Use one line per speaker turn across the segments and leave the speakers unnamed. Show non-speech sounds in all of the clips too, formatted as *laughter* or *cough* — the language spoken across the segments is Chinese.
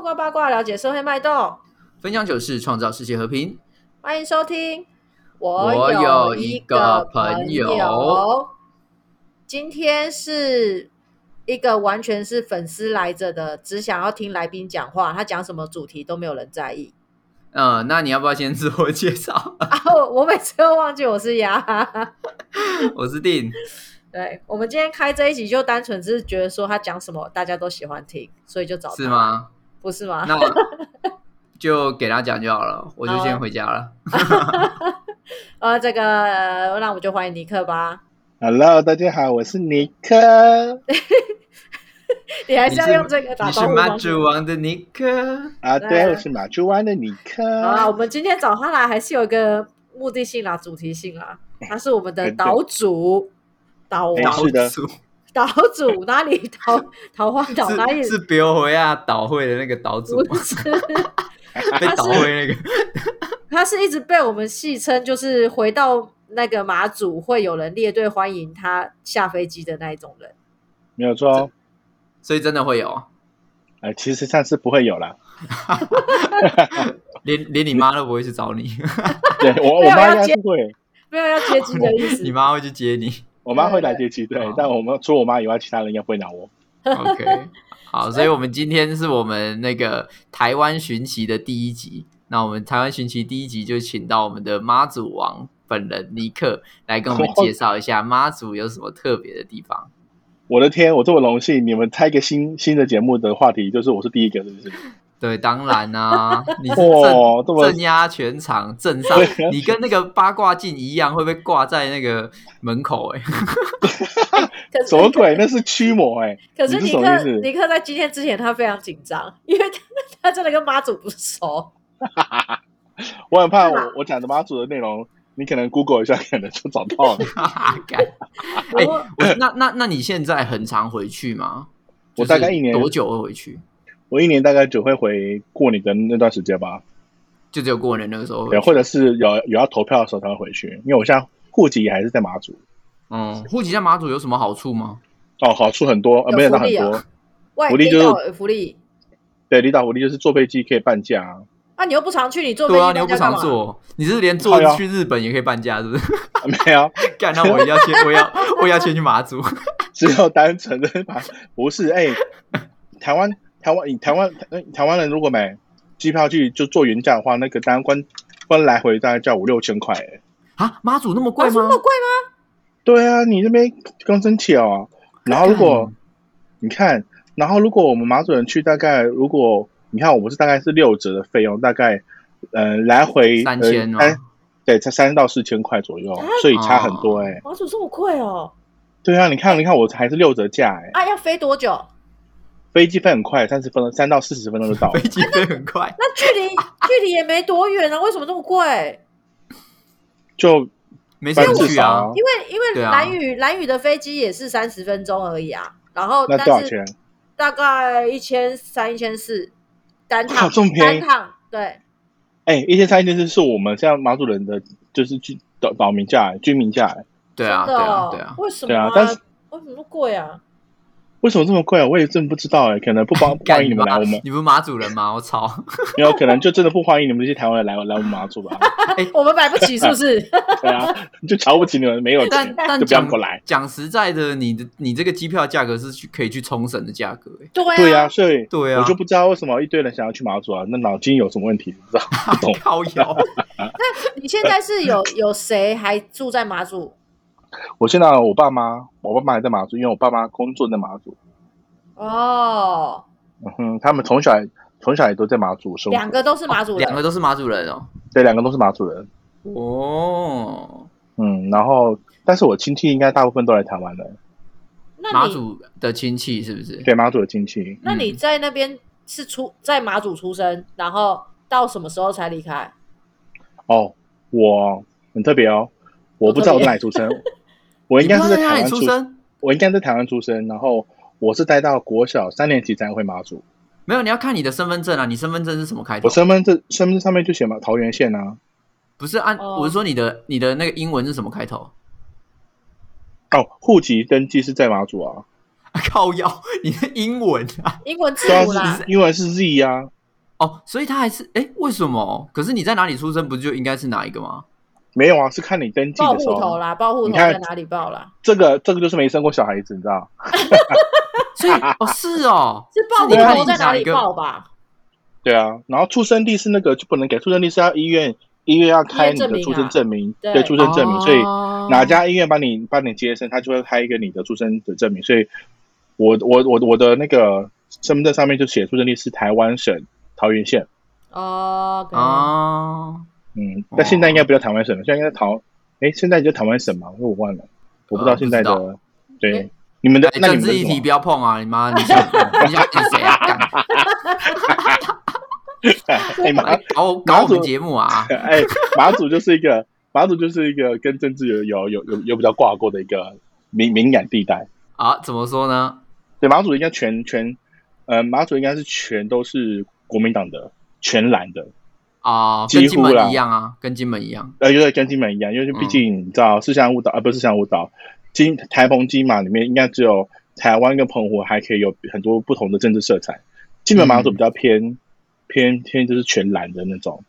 过八卦了解社会脉动。
分享糗事，创造世界和平。
欢迎收听，
我有
一
一个朋友
友。今天是一个完全是粉丝来着的，只想要听来宾讲话，他讲什么主题都没有人在意。 *laughs*
嗯、那你要不要先自我介绍？ *laughs*
啊，我我每次都忘记我是牙哈哈。
我是定，
*laughs* 对，我们今天开这一集就单纯是觉得说他讲什么大家都喜欢听，所以就找他
是？吗？
不是吗？
那我就给他讲就好了，我就先回家
啊
了。
呃，这个、呃那我们就欢迎尼克吧。
Hello，大家好，我是尼
*laughs*
克
你还
你
是
是
要用这个打
你
招
是
呼
马
吗？
主王的尼克，
啊，
对
对，我是马珠湾的尼克。
好啦，我们今天找他来还是有一个目的性啦、主题性啦。他是我们的岛主，岛
哎
岛
是的
主
岛主哪里桃桃花岛哪里
是？是别回啊，岛会的那个岛主
不
吗？
是，
被岛会那个
他是一直被我们戏称，就是回到那个马祖会有人列队欢迎他下飞机的那一种人。
没有错哦，
所以真的会有，
呃，其实上次不会有
*laughs*
啦。
连连你妈都不会去找你，
对
没
我，我
有
妈
要
应该
接
是会，
没有要接机的意思
*laughs* 你。妈会去接你。
我妈会来
对
接机，对
哦。
但我们除我妈以外，其他人应该不会鸟我。
OK，好，
*laughs*
所以我们今天是我们那个台湾寻奇的第一集。那我们台湾寻奇第一集就请到我们的妈祖王本人尼克来跟我们介绍一下妈祖有什么特别的地方。
我的天，我这么荣幸，你们猜一个新新的节目的话题，就是我是第一个，是不
*laughs*
是？
对，当然
*laughs*
啊，你是镇
哇，这么啊
镇压全场，镇上，你跟那个八卦镜一样，会被挂在那个门口、欸。哎， *laughs*
可是
什么鬼？那是驱魔哎！
可是尼
你是什么意
克
思
尼克在今天之前他非常紧张，因为他他真的跟妈祖不熟。
我很怕
是吧
我我讲的妈祖的内容，你可能 Google 一下，可能就找到了。
哈哈，干
*laughs*
哎、
然后
我那那那你现在很常回去吗？
我
就是
大概一年
多久会回去？
我一年大概只会回过年的那段时间吧。
就只有过年那个时候回去
对，或者是有有要投票的时候才会回去，因为我现在户籍还是在马祖。
哦
嗯，户籍在马祖有什么好处吗？
哦，好处很多，呃，
有
没有到
福
很
利啊
多。
外
福利
地
就是
到有福利，
对，离岛福利就是坐飞机可以半价啊， *laughs*
啊，你又不常去，你坐飞
对
机搬
啊，你
家
又不
干
常
嘛？
坐，你是连坐
哎呀
去日本也可以半价，是不 *laughs* 是？
啊没有，
干，那我也要先，我也要，我也要先去马祖。
只有单纯的把 *laughs* 不是哎、台湾台湾以台湾呃台湾人如果买机票去就坐原价的话，那个单光光来回大概就要五六千块、哎。
啊，马祖那
啊
么贵
这
吗
么？贵吗？
对啊，你那边刚生气哦。然后如果你看，然后如果我们马主任去，大概如果你看我们是大概是六折的费用，大概呃来回
三千哦啊吗
呃三对，才三到四千块左右，所以差很多哎、
马祖这么贵哦？
对啊，你看你看我还是六折价哎、
啊，要飞多久？
飞机飞很快，三十分钟三到四十分钟就到
*laughs* 飞。机飞很快，
那距 *laughs* 离距离也没多远啊，为什么这么贵？
就
没
班
钱
次
去
少
啊
啊。
因为因为
对啊
蓝雨、蓝雨的飞机也是三十分钟而已啊，然后
那多少
但是
钱？
大概一千三、一千四单
哇
趟，
这么便
单
宜
趟对，
哎、一千三千四是我们现在马主人的，就是居岛岛民价、居民价、哎
对啊，对
真的
啊，
哦
对啊。
为什么
对啊但是
为什么那么贵啊？
为什么这么贵啊？我也真不知道哎、可能不帮不
*laughs* 干
欢迎你们来
妈
我们
你不是马祖人吗？我
*laughs*
操！
没有，可能就真的不欢迎你们这些台湾人来来我们马祖吧。
我们买不起是不
*laughs*
是？
对啊，就瞧不起你们没有
但
钱，
但
就不要
讲
过来。
讲实在的，你的你这个机票价格是去可以去冲绳的价格、
*laughs*
欸。
对啊，
对啊，所以
对啊，。
我就不知道为什么一堆人想要去马祖啊，那脑筋有什么问题？不知道， *laughs* 不懂
靠腰。
你现在是有有谁还住在马祖？
我现在我爸妈，我爸妈还在马祖，因为我爸妈工作在马祖，
哦，
嗯哼，他们从小从小也都在马祖生
两
活，
个都是马祖人，嗯
两个都是马祖人哦。
对，两个都是马祖人。
哦，
嗯，然后但是我亲戚应该大部分都来台湾了，
那
马
你
祖的亲戚是不是？嗯
对，马祖的亲戚。
那你在那边是出在马祖出生，然后到什么时候才离开？
哦，我很特别哦，我不知道我在哪里出生，我应该是在台
你不知道
湾
在哪里出
生。
生。
我应该在台湾出生，然后我是待到国小三年级才回马祖。
没有，你要看你的身份证啊，你身份证是什么开头？
我身份证身份证上面就写嘛桃园县啊。
不是按、
哦
我是说你的你的那个英文是什么开头？ *laughs*
哦，户籍登记是在马祖啊，
靠腰，你的英文啊，
英文字
对啊
母啦，
是，英文是 Z 啊，
哦，所以他还是哎，为什么？可是你在哪里出生，不就应该是哪一个吗？
没有啊，是看你登记
报
的时
户头
候。
啦，报户头
你看
在哪里报啦？
这个这个就是没生过小孩子，你知道？
所以哦，是哦，
*laughs* 是报
是你
户
看
头
你
在哪
哪一
里
个
报吧？
对啊，然后出生地是那个就不能给，出生地是要医院医院要开你的出生证
证明
明，
啊对
对出生证明，所以
哦
哪家医院帮你帮你接生，他就会开一个你的出生的证明。所以我我我我的那个身份证上面就写出生地是台湾省桃园县，
哦，可能
啊
哦，
嗯，
哦
但现在应该不叫台湾省了，现在应该桃，哎，现在叫台湾省嘛，因为我忘了，我不知道现在的，
不知
对
诶，
你们的
哎
那你
政
们的
治
是
议
什
题
么 *laughs*
不要碰啊！你妈，你想 *laughs* 你想点谁啊？干
哎马
来搞我搞我们节目啊！
哎马祖就是一个马祖就是一个跟政治有有有有有比较挂钩的一个敏敏感地带。
啊，怎么说呢？
对，马祖应该全全，呃，马祖应该是全都是国民党的，全蓝的，
啊，
几乎
跟金门
啦
一样啊，跟金门一样。
呃，有点跟金门一样，因为
嗯
毕竟你知道四乡五岛啊，不是四乡五岛，金台澎金马里面应该只有台湾跟澎湖还可以有很多不同的政治色彩，金门马祖比较偏、偏偏就是全蓝的那种，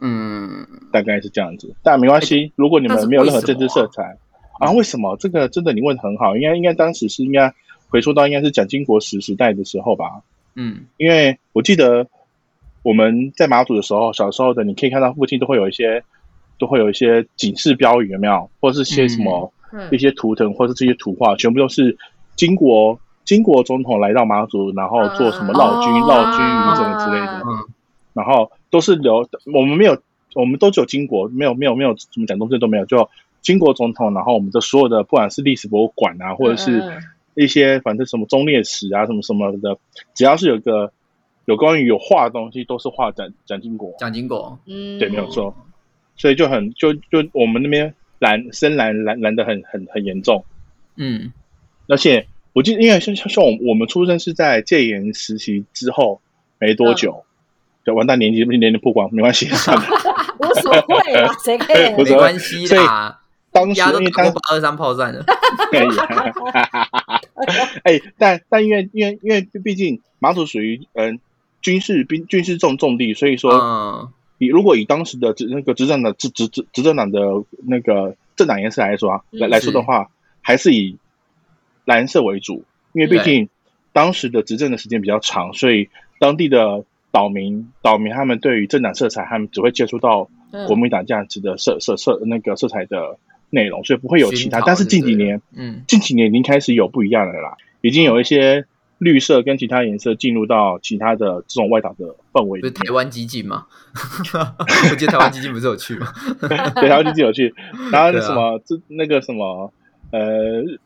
嗯，
大概是这样子，但没关系，如果你
哎但是
们没有任何
为什
政
么
治色
啊
彩啊，为什么这个真的你问的很好，应该应该当时是应该回溯到应该是蒋经国时时代的时候吧，
嗯，
因为我记得我们在马祖的时候，小时候的你可以看到附近都会有一些，都会有一些警示标语，有没有？或是些什么、
嗯
一些图腾，或是这些图画，全部都是金国金国总统来到马祖，然后做什么
啊
绕
嗯
军、
哦
绕军营什么之类的，
嗯
然后都是留我们没有，我们都只有金国，没有没有没有怎么讲东西都没有，就金国总统，然后我们的所有的不管是历史博物馆啊，或者是。
嗯嗯
一些反正什么忠烈祠啊，什么什么的，只要是有个有关于有画的东西，都是画蒋蒋经国，
蒋经国，
嗯，
对，没有错。所以就很就就我们那边蓝深蓝蓝蓝的很很很严重，
嗯
而且我记得，因为像像像我们我们出生是在戒严时期之后没多久，就完蛋年纪年龄曝光没关系，算了。
无所谓啦，
*laughs*
谁
不
给
是
没关系啦，
当时
家都
因为
打过
当
八二三炮战了。
可以， *laughs* 哎，但但因为因为因为毕竟马祖属于嗯军事兵军事重重地，所以说。
嗯
以如果以当时的执那个执政的执执执执政党的那个政党颜色来说啊，
嗯
来来说的话，还是以蓝色为主，因为毕竟当时的执政的时间比较长，所以当地的岛民岛民他们对于政党色彩，他们只会接触到
嗯
国民党价值的色色色那个色彩的内容，所以不会有其他。但是近几年，
嗯
近几年已经开始有不一样的啦，已经有一些绿色跟其他颜色进入到其他的这种外岛的氛围
不是
里面。
台湾激进
*laughs*
吗？我记得台湾激进不是有去吗？
对，然后就自己有去，然后那
对啊
什么，这、那个什么，呃，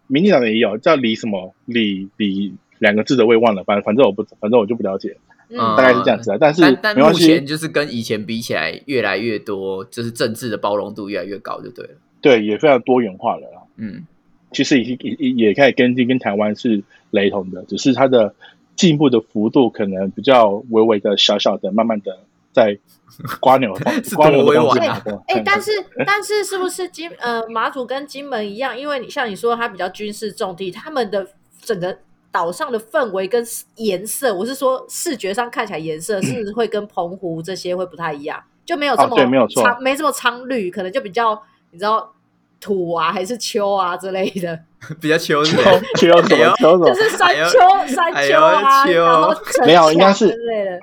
民进党的也有叫李什么李李两个字的，我也忘了，反正反正我不反正我就不了解，
嗯
大概是这样子啊。但 *laughs* 是
但但
没关
目前
系，
就是跟以前比起来，越来越多，就是政治的包容度越来越高，就对了。
对，也非常多元化了啦。啊
嗯 *laughs*
其实已经也也也开始跟进，跟台湾是雷同的，只是它的进步的幅度可能比较微微的、小小的、慢慢的在瓜牛的方
*laughs* 是
瓜牛
多
的
委
方
婉
向
啊。
哎、但是但是是不是金呃马祖跟金门一样？因为你像你说，它比较军事重地，他们的整个岛上的氛围跟颜色，我是说视觉上看起来颜色是会跟澎湖这些会不太一样，就没有这么
嗯哦对没有错
苍没这么苍绿，可能就比较你知道土啊还是丘啊之类
*laughs*
的，
比较秋是不是
缺有什
哎呦
么？缺有什么
就？是山
哎呦
丘、山丘啊，
哎呦丘
然后城
没有应该
墙
是
之类的，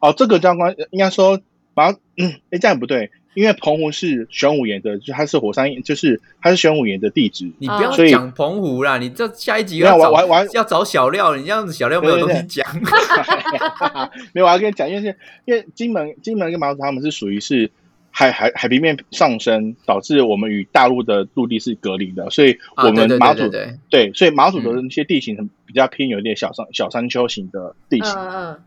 哦，这个教官应该说，把 *clears throat* 它，哎、这样也不对，因为澎湖是玄武岩的，就它是火山，就是它是玄武岩的地
*laughs*
址。
你不要
所以
讲澎湖啦，你这下一集
没有
要
我
找
我我
要找小廖，你这样子小廖没有东西讲。
*laughs* 没有，我要跟你讲，因为是因为金门、金门跟马祖他们是属于是海海海平面上升，导致我们与大陆的陆地是隔离的，所以
啊，
我
对
们
对
马
对
祖、
对对，嗯
对，所以马祖的那些地形很比较偏有一点小山小山丘型的地
嗯
形，
嗯嗯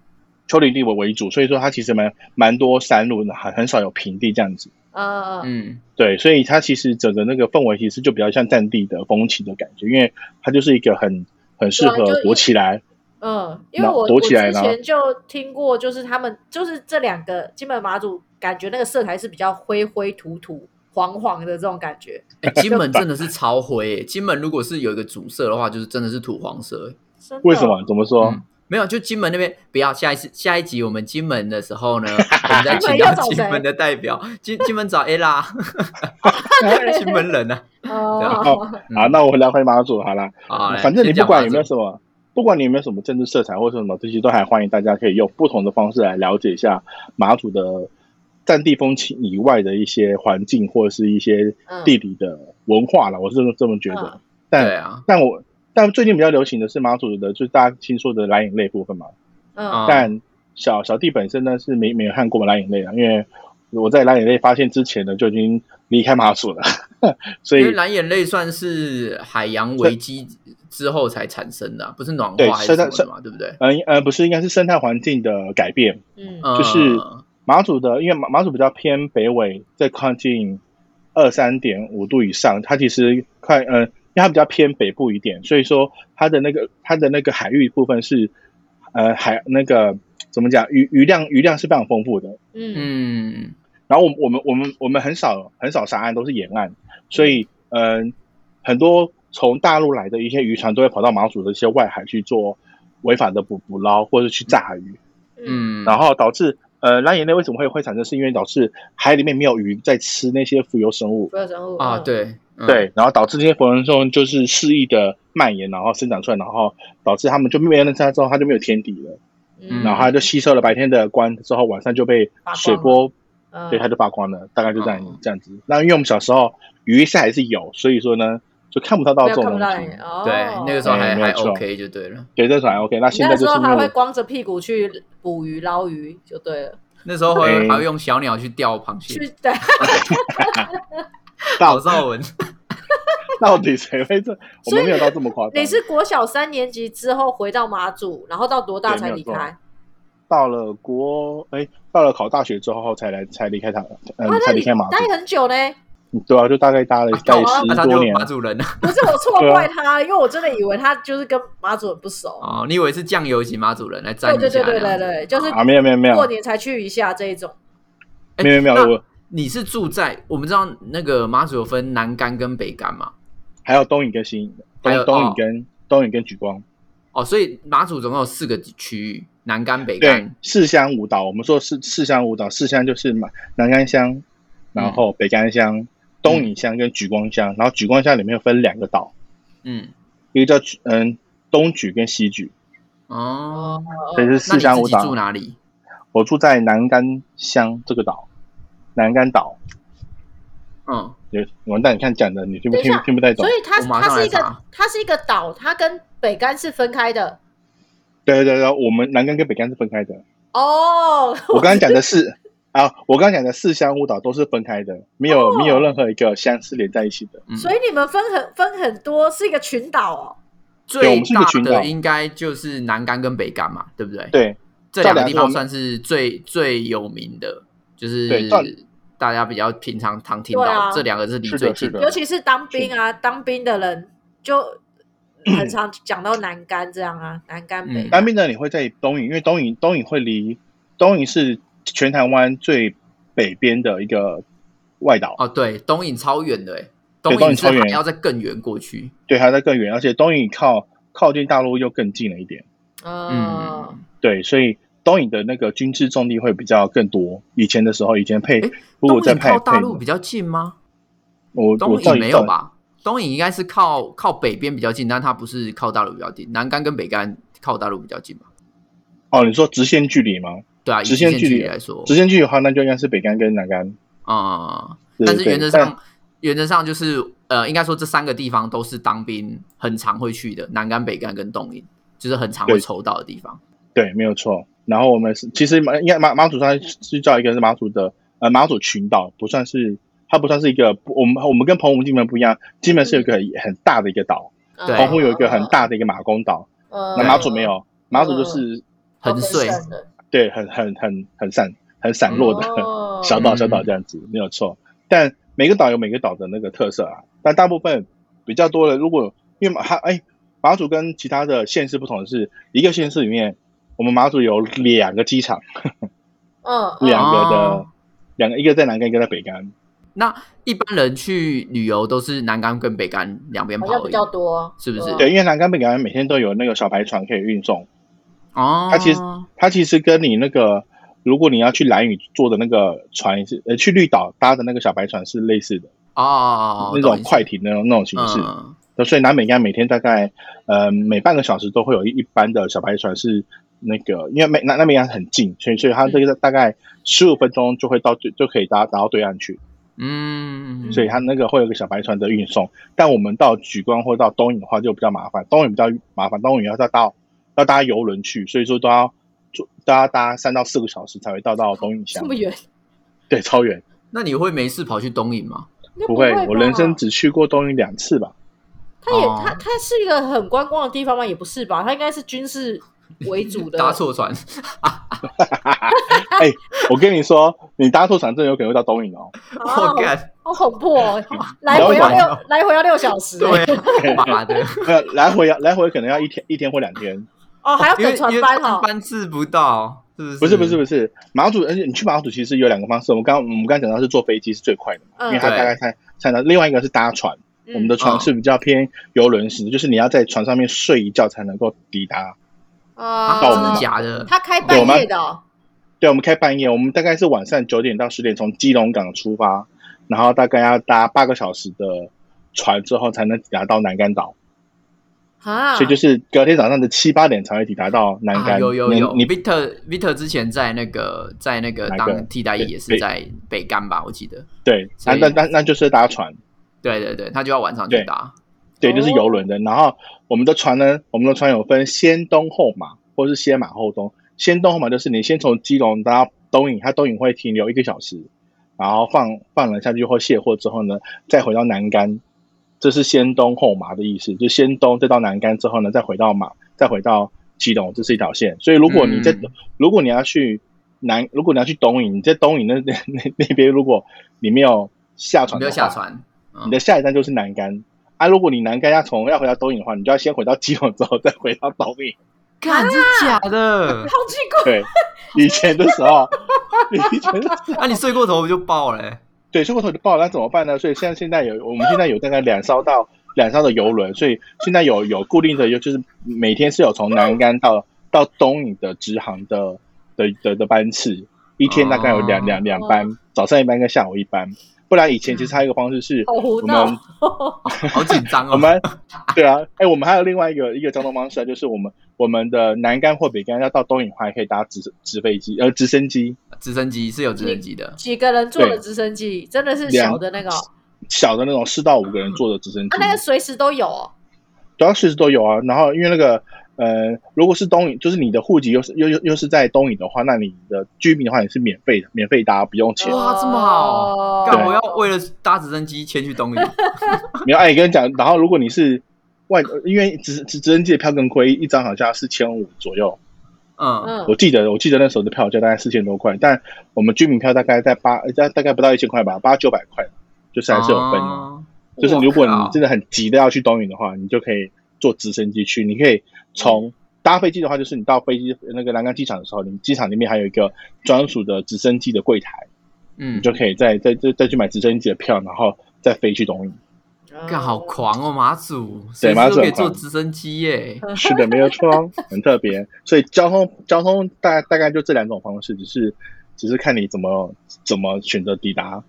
丘陵地为为主，所以说它其实蛮蛮多山路的，很很少有平地这样子。
嗯嗯
嗯，
对，所以它其实整个那个氛围其实就比较像战地的风情的感觉，因为它就是一个很很适
对啊就
合
一
躲起来。
嗯，因为
那
我
躲
我
起来
之
呢
前就听过，就是他们就是这两个金门马祖，感觉那个色彩是比较灰灰土土、黄黄的这种感觉，
哎，金门真的是超灰耶，金门如果是有一个主色的话，就是真的是土黄色耶。
真的
为什么？？怎么说？
嗯没有，就金门那边不要。下一次下一集我们金门的时候呢，我们再请到金门的代表，金金门找 A 啦，金门人啊。
哦，
嗯
啊，那我来回马祖好了。
好，来
啊反正你
先
不
讲
管
马
有没有
祖
什么，不管你有没有什么政治色彩或者什么，这些都还欢迎大家可以用不同的方式来了解一下马祖的战地风情以外的一些环境或者是一些地理的文化了。我是这么觉得。
嗯
但
对啊，
但我但最近比较流行的是马祖的，就是大家听说的蓝眼泪部分嘛。
嗯
啊
但小小弟本身呢是没没有看过蓝眼泪啊，因为我在蓝眼泪发现之前呢就已经离开马祖了， *laughs* 所
因为
以
蓝眼泪算是海洋危机之后才产生的啊，不是暖
对
化还是
是
什么
的
的嘛，对不对？
呃呃不是应该是生态环境的改变，
嗯
嗯
就是马祖的，因为马马祖比较偏北纬，在靠近二三点五度以上，它其实快呃，因为它比较偏北部一点，所以说它的那个它的那个海域部分是呃海那个怎么讲鱼鱼量鱼量是非常丰富的。
嗯
嗯，
然后我我们我们我们很少很少沙岸都是沿岸，所以嗯、呃很多从大陆来的一些渔船都会跑到马祖的一些外海去做违法的捕捕捞或者去炸鱼。
嗯，
然后导致呃蓝眼泪为什么会会产生，是因为导致海里面没有鱼在吃那些浮游生物，
不要人物
啊，
嗯
对，嗯，
对，然后导致这些浮游生物就是肆意的蔓延，然后生长出来，然后导致它们就没有那它之后，它就没有天敌了，
嗯
然后它就吸收了白天的光之后，晚上就被水波
嗯
对它就发光了，大概就这样、
嗯
这样子。那因为我们小时候鱼是还是有，所以说呢就看不到到
没
这
有
种
看不
东
到
西
人，哦
对，那个时候
哎
还
没有
还
错
OK 就对了。
对，这种还 OK。那现在
那时
就是
候
因
还
为
会光着屁股去捕鱼捞鱼就对
*laughs*
了，
那时候还
哎
还会用小鸟去钓螃
去 *laughs*
蟹， *laughs*
对，
老赵文，
*laughs* 到底谁会这？我
所以
们没有到这么夸张。
你是国小三年级之后回到马祖，然后到多大才离
对没有
开？
到了国哎，到了考大学之后才来才离开他，嗯、
啊，那
才离
你
开马祖
待。很久呢？
对啊，就大概搭了大概
啊
十
那他
多
就
年。
马主人啊。
不是我错怪他，因为我真的以为他就是跟马祖很不熟。
哦，你以为是酱油级马主人来沾
对
一
对
下这
对对
样子？
对对，就是
啊，没有没有没有
过年才去一下这一种。
哎
没有没有，
那
我
你是住在我们知道那个马祖有分南干跟北干嘛？
还有东影跟西影，
还有
东东
哦
影跟、东影跟举光，
哦，所以马祖总共有四个区域，南干、北
对
干，，
四乡五岛，我们说四四乡五岛，四乡就是马南干乡，然后北干乡、东影乡跟举光乡，然后举光乡里面又分两个岛，
嗯，
一个叫举嗯东举跟西举，
哦，
所以是
那
四乡
你
五
自己住
岛。
哪里？
我住在南干乡这个岛，南干岛。
嗯，
有完蛋，你看讲的你听不听
等一下
听不太懂
所。以它
我马
它
上
是
来
一个
查
它是一个岛，它跟北干是分开的。
对对对，我们南竿跟北竿是分开的。
哦，
*laughs* 我刚刚讲的是啊，我刚刚讲的四乡五岛都是分开的，没有、
哦
没有任何一个乡是连在一起的。
嗯
所以你们分很分很多，是一个群岛哦。
对
最
我们是一个
大
群岛
的应该就是南干跟北干嘛，对不对？，
对
这两个地
照两个
方
我们
算是最最有名的，就是
对照
大家比较平常常听
对
到
啊
这两个是离
是的
最
是
近
的
尤其是当兵啊，当兵的人就很常 *coughs* 讲到南干这样啊，南干北
嗯
干
单兵的你会在东引，因为东引东引会离东引是全台湾最北边的一个外岛，
哦，对，东引超远的欸，东
东
引
引
是
超远
还要再更远过去。
对，还在更远，而且东引靠靠近大陆又更近了一点。
哦
嗯，
对，所以东引的那个军事重地会比较更多。以前的时候，以前配
诶
如
东
果再
引
配
靠大
配，
陆比较近吗？
我我
东
照
引
理
没有
照理
吧？东引应该是靠靠北边比较近，但它不是靠大陆比较近。南干跟北干靠大陆比较近嘛？
哦，你说直线距离吗？
对啊，以
直线
距
距
离
离
来说，
直线距离的话，那就应该是北干跟南干。
啊、
对
但是
对
原则
但
上，原则上就是呃，应该说这三个地方都是当兵很常会去的，南干、北干跟东引，就是很常会
对
抽到的地方。
对，没有错。然后我们是其实马应该马马祖它是叫一个是马祖的呃马祖群岛，不算是它不算是一个不我们我们跟澎湖、金门不一样，金门是有一个很很大的一个岛，
嗯对
澎湖有一个很，大的一个马公岛，
嗯
那马祖没，有，马祖就是
很碎，
对很很很很散很散落的
的
*laughs* 小岛小岛这样子，没有错。但每个岛有每个岛的那个特色啊，但大部分比较多的，如果因为马哈哎马祖跟其他的县市不同的是，一个县市里面我们马祖有两个机场。
嗯嗯
两个的、
哦
两个，一个在南竿，一个在北竿。
那一般人去旅游都是南干跟北干两边
好
跑
像
而
比
已
较多，
是不是
嗯
对，因为南竿、北竿每天都有那个小白船可以运送，
哦，
它其实它其实跟你那个，如果你要去蓝屿坐的那个船是，呃，去绿岛搭的那个小白船是类似的，
哦
那种快艇那种那种形式。
嗯
那所以南美应该每天大概，呃，每半个小时都会有一一班的小白船是那个，因为美南南美应该很近，所以所以它这个大概十五分钟就会到对就可以搭达到对岸去，
嗯，
所以它那个会有个小白船的运送。但我们到莒光或到东引的话就比较麻烦，东引比较麻烦，东引要再到要搭游轮去，所以说都要坐都要搭三到四个小时才会到到东引
这
乡
么，
*laughs*
远，
对，超远。
那你会没事跑去东影吗？
应该
不
会
会
吧，，
我人生只去过东引两次吧。
它也
哦
它它是一个很观光的地方吗？也不是吧，它应该是军事为主的。
*laughs* 搭错船，
哎、我跟你说，你搭错船真的有可能会到东引哦。
啊
*laughs* 我干，
好恐怖哦！
*laughs*
来回要
老板哦
六，来回要六小时、欸
对啊，妈的，
没有来回要来回可能要一天一天或两天，
哦， *laughs* 还要
啊因为
等船
因为
班哈、
班次不到，是不是？
不是不是不是，马祖，而且你去马祖其实有两个方式，我们刚我们刚讲到是坐飞机是最快的嘛，因为
嗯
它大概才才能，另外一个是搭船，我
嗯
们的船是比较偏游轮型的，就是你要在船上面睡一觉才能够抵达。
啊
啊，
到
真
我们
的假的？
他开
对我
半
们
夜的、哦，
对，我们开半夜，我们大概是晚上九点到十点从基隆港出发，然后大概要搭八个小时的船之后才能抵达到南竿岛，
啊，
所以就是隔天早上的七八点才会抵达到南
啊
竿。
有有
你
有
你
，Victor Victor 之前在那个在那个
哪个
当替代役也是
北
在北干吧，我记得。
对，
所
那
以
那那那就是搭船。
对对对，他就要晚上去
对
搭。
对，就是游轮的。然后我们的船呢，我们的船有分先东后马，或是先马后东。先东后马就是你先从基隆搭东引，它东引会停留一个小时，然后放放人下去或卸货之后呢，再回到南竿，这是先东后马的意思，就先东再到南竿之后呢，再回到马，再回到基隆，这是一条线。所以如果你在、
嗯
如果你要去南，如果你要去东引，你在东引那那那那边，如果你没有下船
没
的
有
话，
下船，嗯
你的下一站就是南竿。啊，如果你南竿要从要回到东引的话，你就要先回到基隆之后再回到东引。
干是假的？ *laughs*
好奇怪，
对，以前的时候，以前的时候
啊，你睡过头不就爆了
*laughs*
欸？
对睡过头就爆了，那怎么办呢？所以现在现在有我们现在有大概两艘到两艘的游轮，所以现在有有固定的，有就是每天是有从南竿到到东引的直航的的的的班次，一天大概有两
哦
两两班，早上一班跟下午一班。不然以前其实还有一个方式是，
好胡
我
闹
们。
好紧张哦。
我们对啊，哎、我们还有另外一个一个交通方式啊，就是我们我们的南竿或北竿要到东引的话，还可以搭直直飞机，呃，直升机，
直升机是有直升机的，
几个人坐的
对
直升机，真的是小的那个哦、
小的那种四到五个人坐的直升机
啊，，那个随时都有、哦。
主要随时都有啊。然后因为那个呃，如果是东引，就是你的户籍又是又又又是在东引的话，那你的居民的话也是免费的，免费搭，不用钱。
哇这么好
哦
干我要为了搭直升机迁去东营。
没有，哎，跟你讲，然后如果你是外，因为直直直升机的票更贵，一张好像是千五左右。
嗯，
嗯
我，记得我记得那时候的票价大概四千多块，但我们居民票大概在八呃大大概不到一千块吧，八九百块，就是还是有分的。
哦
就是如果你
哇靠
真的很急的要去东云的话，你就可以坐直升机去，你可以从。搭飞机的话，就是你到飞机那个南竿机场的时候，你机场里面还有一个专属的直升机的柜台，
嗯
你，就可以再再再再去买直升机的票，然后再飞去东云。
干好
嗯
狂哦，马祖，随
对
时
马祖
都可以
很狂
坐直升机耶。
是的，没有错哦，很特别。所以交通交通大大概就这两种方式，只是只是看你怎么怎么选择抵达。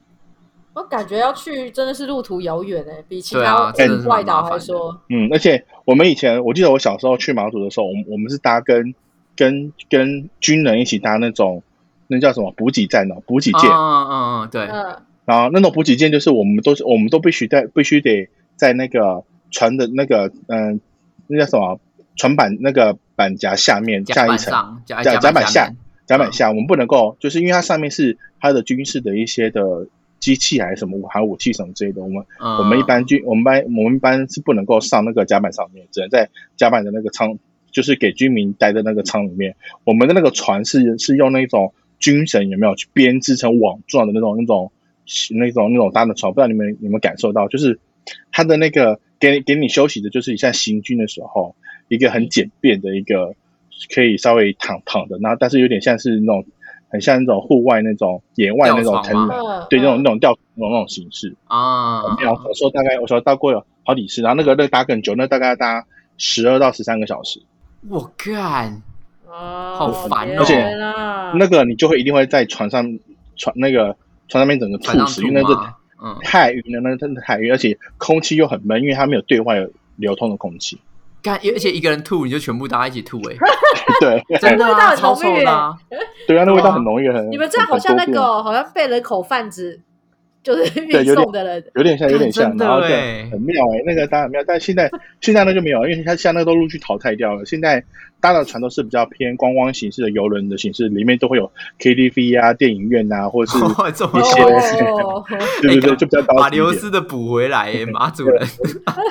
我感觉要去真的是路途遥远哎、比其
对啊
他
真的是蛮
外岛
麻烦
还
的
说，
嗯，而且我们以前，我记得我小时候去马祖的时候，我们我们是搭跟跟跟军人一起搭那种那叫什么补给站的哦补给
嗯
舰，
嗯嗯嗯，对，
嗯，
然后那种补给舰就是我们都是我们都必须在必须得在那个船的那个嗯、那叫什么船板那个板夹下面
甲
下一
板
层
上，嗯甲
甲
甲
甲板
下
下
面，
甲板下，我们不能够就是因为它上面是它的军事的一些的机器还是什么武还有武器什么之类的，我们
嗯
我们一般军，我们班我们班是不能够上那个甲板上面，只能在甲板的那个舱，就是给居民待的那个舱里面。我们的那个船是是用那种军绳有没有去编织成网状的那种那种那种那种搭的船，不知道你们有没有感受到，就是它的那个给你给你休息的，就是像行军的时候一个很简便的一个可以稍微躺躺的，然后但是有点像是那种很像那种户外那种野外那种
吊床
藤
吗
篮，
嗯
对那种
嗯
那种吊那种那种形式。
啊，
没有，哎我说大概我说搭过有好几次，然后那个那个搭更久，那大概搭十二到十三个小时，
我干，
哦，
好烦哦
而且
天啊
那个你就会一定会在船上船那个船上面整个
船
吐
上
死，
吐
因为那是
嘛，嗯，
太晕了，那个真的太晕，而且空气又很闷，因为它没有对外流通的空气。
干，而且一个人吐你就全部大家一起吐哎、
对
真的
味道
啊，
很
超
浓
臭
郁
的、啊，
*laughs* 对啊，那味道很浓郁，很
哦你们这样好像那
很多
个
度
哦、好像被人口贩子就是
对
运
有点
送的人，
有点像，有点像，
哎真的
然后就
欸
很妙哎、那个当然妙，但现在现在那就没有，因为它现在那都陆续淘汰掉了。现在搭的船都是比较偏观光形式的游轮的形式，里面都会有 KTV 啊、电影院啊，
*laughs*
或者是
这
一
么
些
臭，
哦，
对对
哎
对，就比较高
把
级一
刘
点。
斯的补回来哎、马主人，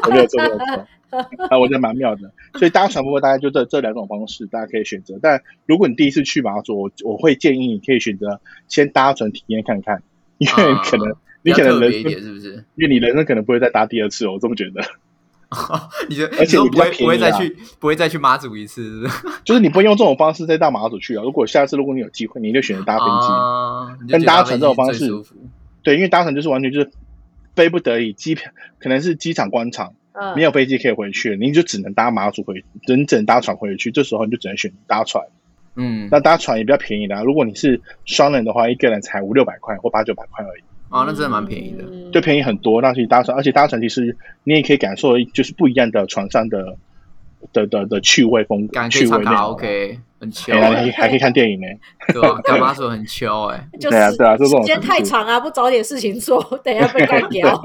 没有错，没有错。啊，我觉得蛮妙的。所以搭船不过大概就这这两种方式，大家可以选择。但如果你第一次去马祖，我我会建议你可以选择先搭船体验看看，因为
啊
*laughs* 可能、
比
你
较
可
特
能人
别一
生，
点是不是？
因为你人生可能不会再搭第二次哦，我这么觉得。
你觉得
而且
你说
也
不会
比较便宜
不会再
啊
去不会再去马祖一次是不是？
就是你不会用这种方式再到马祖去啊。如果下次如果你有机会，你就选择搭飞机。
啊，你就
跟
觉得
搭
飞
乘
机
这种方
最
式
舒服
对，因为搭船就是完全就是非不得已，机票可能是机场关场
*laughs* 嗯
没有飞机可以回去，你就只能搭马祖回，只能只能搭船回去。这时候你就只能选搭船。
嗯，
那搭船也比较便宜啦、如果你是双人的话，一个人才五六百块或八九百块而已，
啊，那真的蛮便宜的。
嗯
就便宜很多。那去搭船，而且搭船其实你也可以感受就是不一样的船上的的的的趣味风格
感，觉可
趣
以
味
唱
内
卡拉
容。
OK，很秋
*laughs* 哎，还可
哎、
以还可以看电影呢、
对啊吧、干嘛说很秋
*laughs*
哎、
就
对啊
时
对啊就这种
时间
程
太
度
长啊，不找点事情做，等一下被干掉。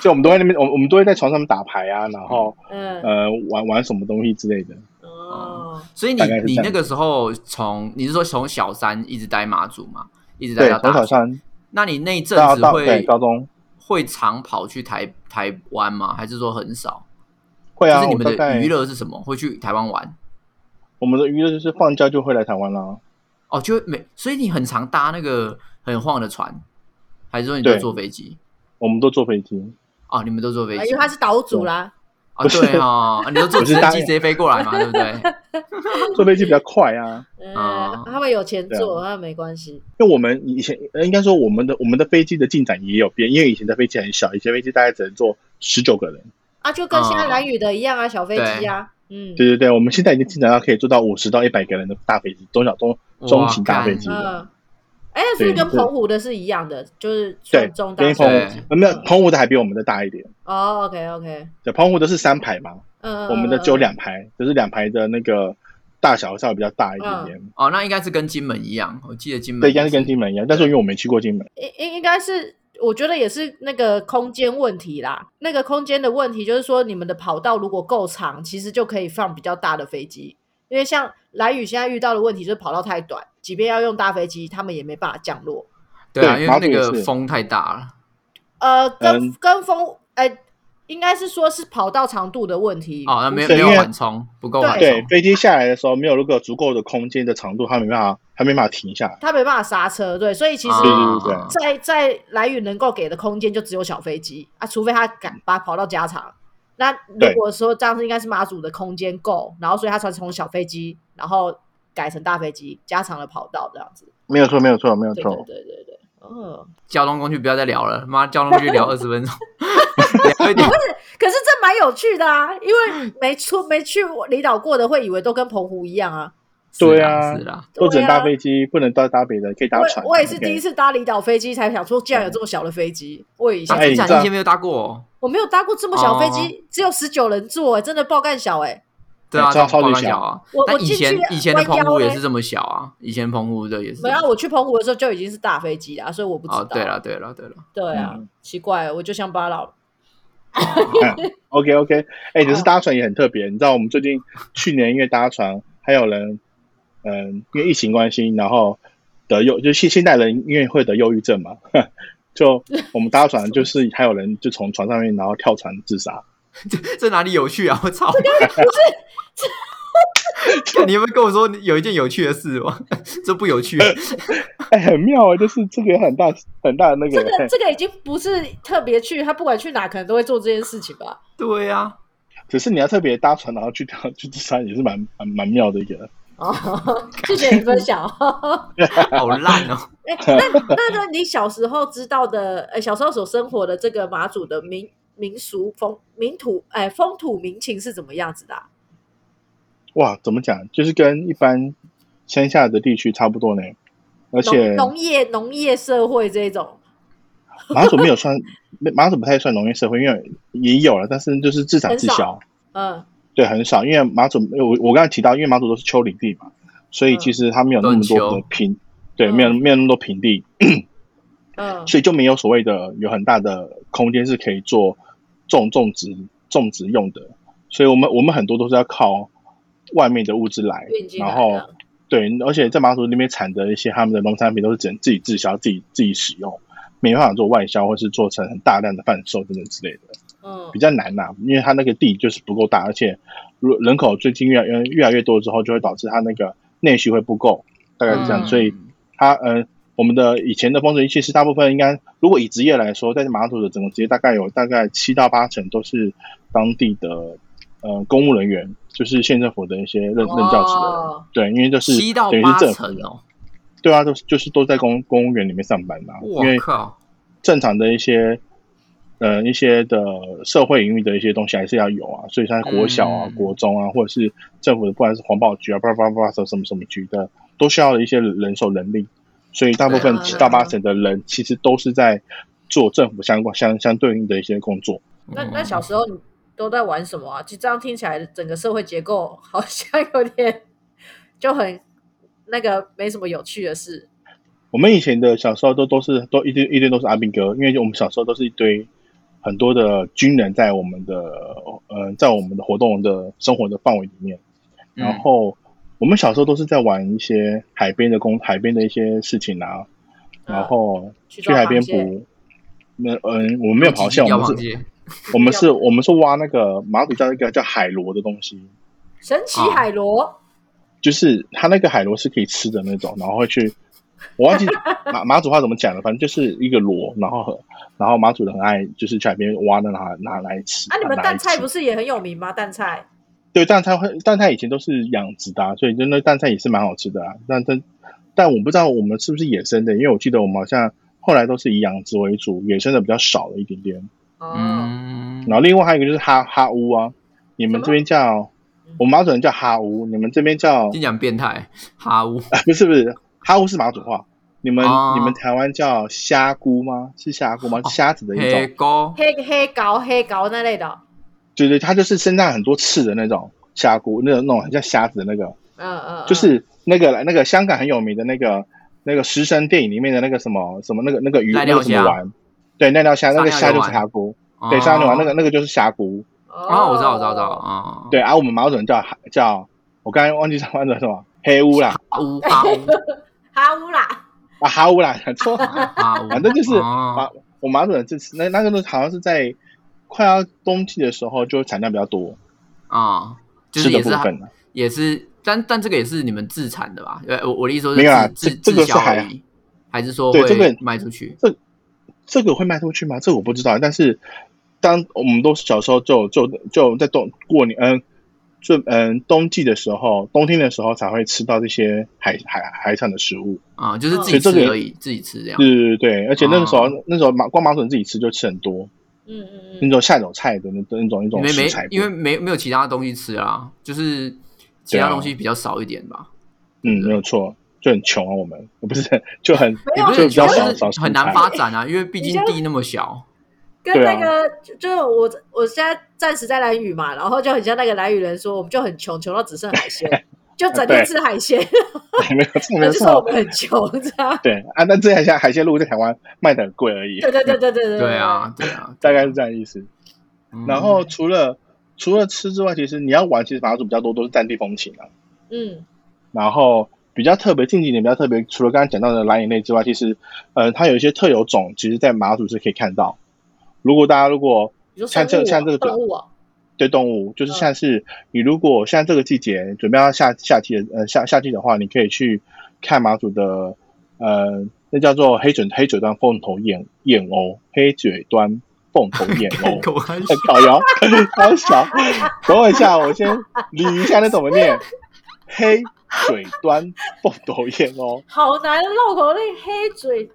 就我们都在那边，我们我们都会在床上打牌啊，然后 *laughs*
嗯，
呃玩玩什么东西之类的。
哦，
所以你
大概是
你
这
那
样
个时候从你是说从小三一直待马祖嘛，一直待
对，
到
从
大
小
学？
上
那你那一阵
到
子
到对
会
高中
会常跑去台台湾吗？还是说很少？
会
就
啊，
是你
我
们
大
的
概
娱乐是什么？会去台湾玩？
我们的娱乐就是放假就会来台湾啦。
哦，就会每所以你很常搭那个很晃的船，还是说你都
对
坐飞机？
我们都坐飞机，
哦，你们都坐飞
啊
机？
因为他是岛主啦，
啊，
不是
对哦，啊你都坐
我
直升
是搭
机直接飞过来嘛，对不对？
坐飞机比较快啊。
嗯
哦，
他们有钱
对啊
做，他们没关系。
因为我们以前呃应该说我们的我们的飞机的进展也有变，因为以前的飞机很小，以前飞机大概只能坐十九个人。
啊，就跟现在
哦
蓝宇的一样啊，小飞机啊，嗯，
对对对，我们现在已经进展到可以坐到五十到一百个人的大飞机，中小中 *laughs* 中型大飞机
哇
了。
嗯，哎，是不是
对
跟
对
澎湖的是一样的，就是
对
船中大
跟澎
小
对
飞机
湖呃没有澎湖的还比我们的大一点。
哦，OK OK，
对，澎湖的是三排嘛，
嗯，
我们的只有两排，就是两排的那个大小稍微比较大一点点。
哦，那应该是跟金门一样，我记得金门
对，应该是
也
跟金门一样，但是因为我没去过金门，
应应应该是，我觉得也是那个空间问题啦。那个空间的问题就是说，你们的跑道如果够长，其实就可以放比较大的飞机。因为像蓝宇现在遇到的问题就是跑道太短，即便要用大飞机，他们也没办法降落。
对啊，
对
因为那
马
个
祖也是
风太大了。
呃，跟、
嗯
跟风，哎、应该是说是跑道长度的问题。
哦，那没有
对
没有
因为
缓冲，不够缓
对
冲，。哦
飞机下来的时候没有如果有足够的空间的长度，它没办法，它没办法停下来。
他没办法刹车，对，所以其实
对对对
啊
在在蓝宇能够给的空间就只有小飞机啊，除非他敢把跑道加长。那如
对
果说这样子，应该是马祖的空间够，然后所以他才从小飞机，然后改成大飞机，加长了跑道这样子。
没有错，没有错，没有
对
错。
对对对对，嗯。
交通工具不要再聊了，妈，交通工具聊二十
*laughs*
分钟，聊一点
可是这蛮有趣的啊，因
*clears throat*
为没出没去离岛过的会以为都跟澎湖一样啊。
对
是
啊
是啦，
都只能
对啊
搭飞机，不能搭搭别的，可以搭船。
啊
啊
我我也是第一
次，
次搭离岛飞机，才想说竟然有这么小的飞机。我以前
啊
哎
真
你
假
知
你
道
以前没有搭过哦，
我没有搭过这么小的飞
哦
机，只有十九人座、真的爆干小哎、
对啊，
哎超
这种
超级
爆干
小
小啊。
我
那
我
以
进
前
去
以前的
弯
澎
腰
湖也
嘞
是这么小啊，以前澎湖的也是
*laughs* 没
这么
有
小。
啊，我去澎湖的时候就已经是大飞机啦，所以我不知道。
哦，对了，对了，对了，
对啊，
嗯
奇怪，我就乡巴佬。
OK OK，哎、可是搭船也很特别，你知道我们最近去年因为搭船，还有人，嗯，因为疫情关系，然后得忧，就现现代人因为会得忧郁症嘛， *laughs* 就我们搭船就是还有人就从船上面然后跳船自杀，
*laughs* 这哪里有趣啊？我操！ *laughs* 你有没有跟我说有一件有趣的事吗？ *laughs* 这不有
*laughs*
趣，
哎、很妙啊、就是这个很大很大的那
这
个，
个这个已经不是特别去，他不管去哪可能都会做这件事情
*laughs*
吧。 *laughs*
对啊，
只是你要特别搭船然后去跳去自杀也是蛮蛮蛮妙的一个，
哦，谢谢你分享。 *laughs*
*laughs*
好烂哦。
哎、那那个你小时候知道的，呃，小时候所生活的这个马祖的民民俗风民土，哎、风土民情是怎么样子的啊、
哇，怎么讲？就是跟一般乡下的地区差不多呢。而且
农农业农业社会这种，
马祖没有算， *laughs* 马祖不太算农业社会，因为也有了，但是就是自产自
很
销，
嗯，
对，很少。因为马祖，我我刚才提到，因为马祖都是丘陵地嘛，所以其实它没有那么
都
多
很
的
丘
平，对，没有
嗯
没有那么多平地，
嗯，
所以就没有所谓的有很大的空间是可以做种种植种植用的，所以我们我们很多都是要靠外面的物资来
运，进
然
来
后
的
对，而且在马祖那边产的一些他们的农产品都是只能自己滞销、自己自己使用，没办法做外销或是做成很大量的贩售等等之类的，
嗯
比，较难呐、因为它那个地就是不够大，而且如人口最近越来越越来越多之后，就会导致它那个内需会不够，大概是这样，
嗯
所以它呃，我们的以前的风水其实大部分应该，如果以职业来说，在马祖的整个职业大概有大概七到八成都是当地的呃公务人员，就是县政府的一些任任教职的人，
哦
对，因为就是
七到
等于
八
是政府
成
的，
哦，
对啊，都是就是都在公公务员里面上班嘛、因
我
为
靠，
正常的一些呃一些的社会营运的一些东西还是要有啊，所以像国小啊、
嗯
国中啊，或者是政府的不管是环保局啊、叭叭叭什么什么什么局的，都需要一些人手人力，所以大部分
对啊
七到八成的人其实都是在做政府相关相相对应的一些工作。
嗯
那那小时候你都在玩什么啊？就这样听起来，整个社会结构好像有点就很那个没什么有趣的事。
我们以前的小时候都都是都一堆一堆都是阿兵哥，因为我们小时候都是一堆很多的军人在我们的呃在我们的活动的生活的范围里面，
嗯
然后我们小时候都是在玩一些海边的工海边的一些事情啊，
嗯
然后
去
去
抓
海
螃
边
蟹
捕。那嗯，我们没有
我
螃
几
蟹，
条
我们
螃
是，
蟹，
我们是，我们是挖那个马祖叫一个叫海螺的东西，
神奇
哦
海螺，
就是它那个海螺是可以吃的那种，然后会去，我忘记马 *laughs* 马祖话怎么讲了，反正就是一个螺，然后然后马祖人很爱就是去海边挖的拿拿来吃。
啊，你们
拿来
蛋菜
吃
不是也很有名吗？蛋菜，
对蛋菜会蛋菜以前都是养殖的、啊，所以真的蛋菜也是蛮好吃的啊。但但但我不知道我们是不是野生的，因为我记得我们好像后来都是以养殖为主，野生的比较少了一点点。
哦，
嗯，
然后另外还有一个就是哈哈乌啊，你
什
们
么
这边叫我们马祖人叫哈乌，你们这边叫
竟讲变态哈乌，
啊， *laughs* 不是不是，哈乌是马祖话。你们、
哦
你们台湾叫虾菇吗？是虾菇吗？虾子的一种，
黑哥，
黑黑膏黑膏那类的，哦
对对，它就是身上很多刺的那种虾菇，那种那种很像虾子的那
啊
个，
嗯嗯，嗯
就是那个那个香港很有名的那个那个食神电影里面的那个什么什么那个那个鱼
濑
那
尿
个什么
虾
丸，对，奈料虾那个
撒尿
虾就是
丸
虾菇，对，沙牛丸那个那个就是虾菇，
哦，我知道我知道我知道，啊，
对，啊，我们马祖人叫叫，我刚才忘记台湾的什么黑乌啦，
哈乌哈乌
哈乌啦，
啊哈乌啦， *laughs* 讲错。
哈乌，
*laughs* 反正就是
哦
马我马祖人这次那那个都好像是在快要冬季的时候就产量比较多，
啊，就
吃
是
的
也
部
是
分啊
也是，但但这个也是你们自产的吧？呃，我我的意思说
没有啊
是自
这
自
这个
自
是
销
海
而已，还是说
对这个
会卖出去？
这这个会卖出去吗？这个我不知道。但是当我们都是小时候就就就在冬过年，嗯，就嗯冬季的时候，冬天的时候才会吃到这些海海海产的食物。
啊，就是
所以
自己
嗯这
吃
个也
而已，自己吃这样。
对对对，而且那个时候、
哦
那时候马光马祖人自己吃就吃很多
嗯嗯
那
嗯，
种下酒菜的那那种那种
没
食
没
材，，
因为没没有其他东西吃啊，就是其
对啊
他东西比较少一点吧。
嗯没有错。就很穷啊，我们不是 *laughs* 就很
没有
不
啊
是
就比较
你
少
就
少
是很
食
难
材
发展啊，因为毕
你
竟
这样
地那么小。
跟
对
那
啊
个、就就是我我现在暂时在蓝屿嘛，然后就很像那个蓝屿人说，我们就很穷，穷到只剩海鲜，就
*laughs*
整天
对
吃海鲜，
没有错没
那
有
*laughs* 就说我
错，
们很穷， *laughs* 这样。
对啊，那这海鲜海鲜路在台湾卖的很贵而已，嗯
对对对对对对
对啊，，对
*laughs*
啊，
大概是这样的意思。
嗯 *laughs*
然后除了除了吃之外，其实你要玩，其实马祖比较多都是战地风情啊。
嗯，
然后比较特别，近几年比较特别，除了刚刚讲到的蓝眼泪之外，其实呃，它有一些特有种，其实在马祖是可以看到。如果大家如果
你说
像
生物、
这
啊、
像这个
动物、啊，
对动物，就是
嗯
像是你如果像这个季节准备要夏夏季的呃夏夏季的话，你可以去看马祖的呃，那叫做黑嘴黑嘴端凤头燕燕鸥，黑嘴端凤头
*laughs*
燕鸥。
狗还是
烤窑，好小。等我一下，我先捋一下那怎么念。黑嘴端凤头燕哦，
好难的绕口令，黑嘴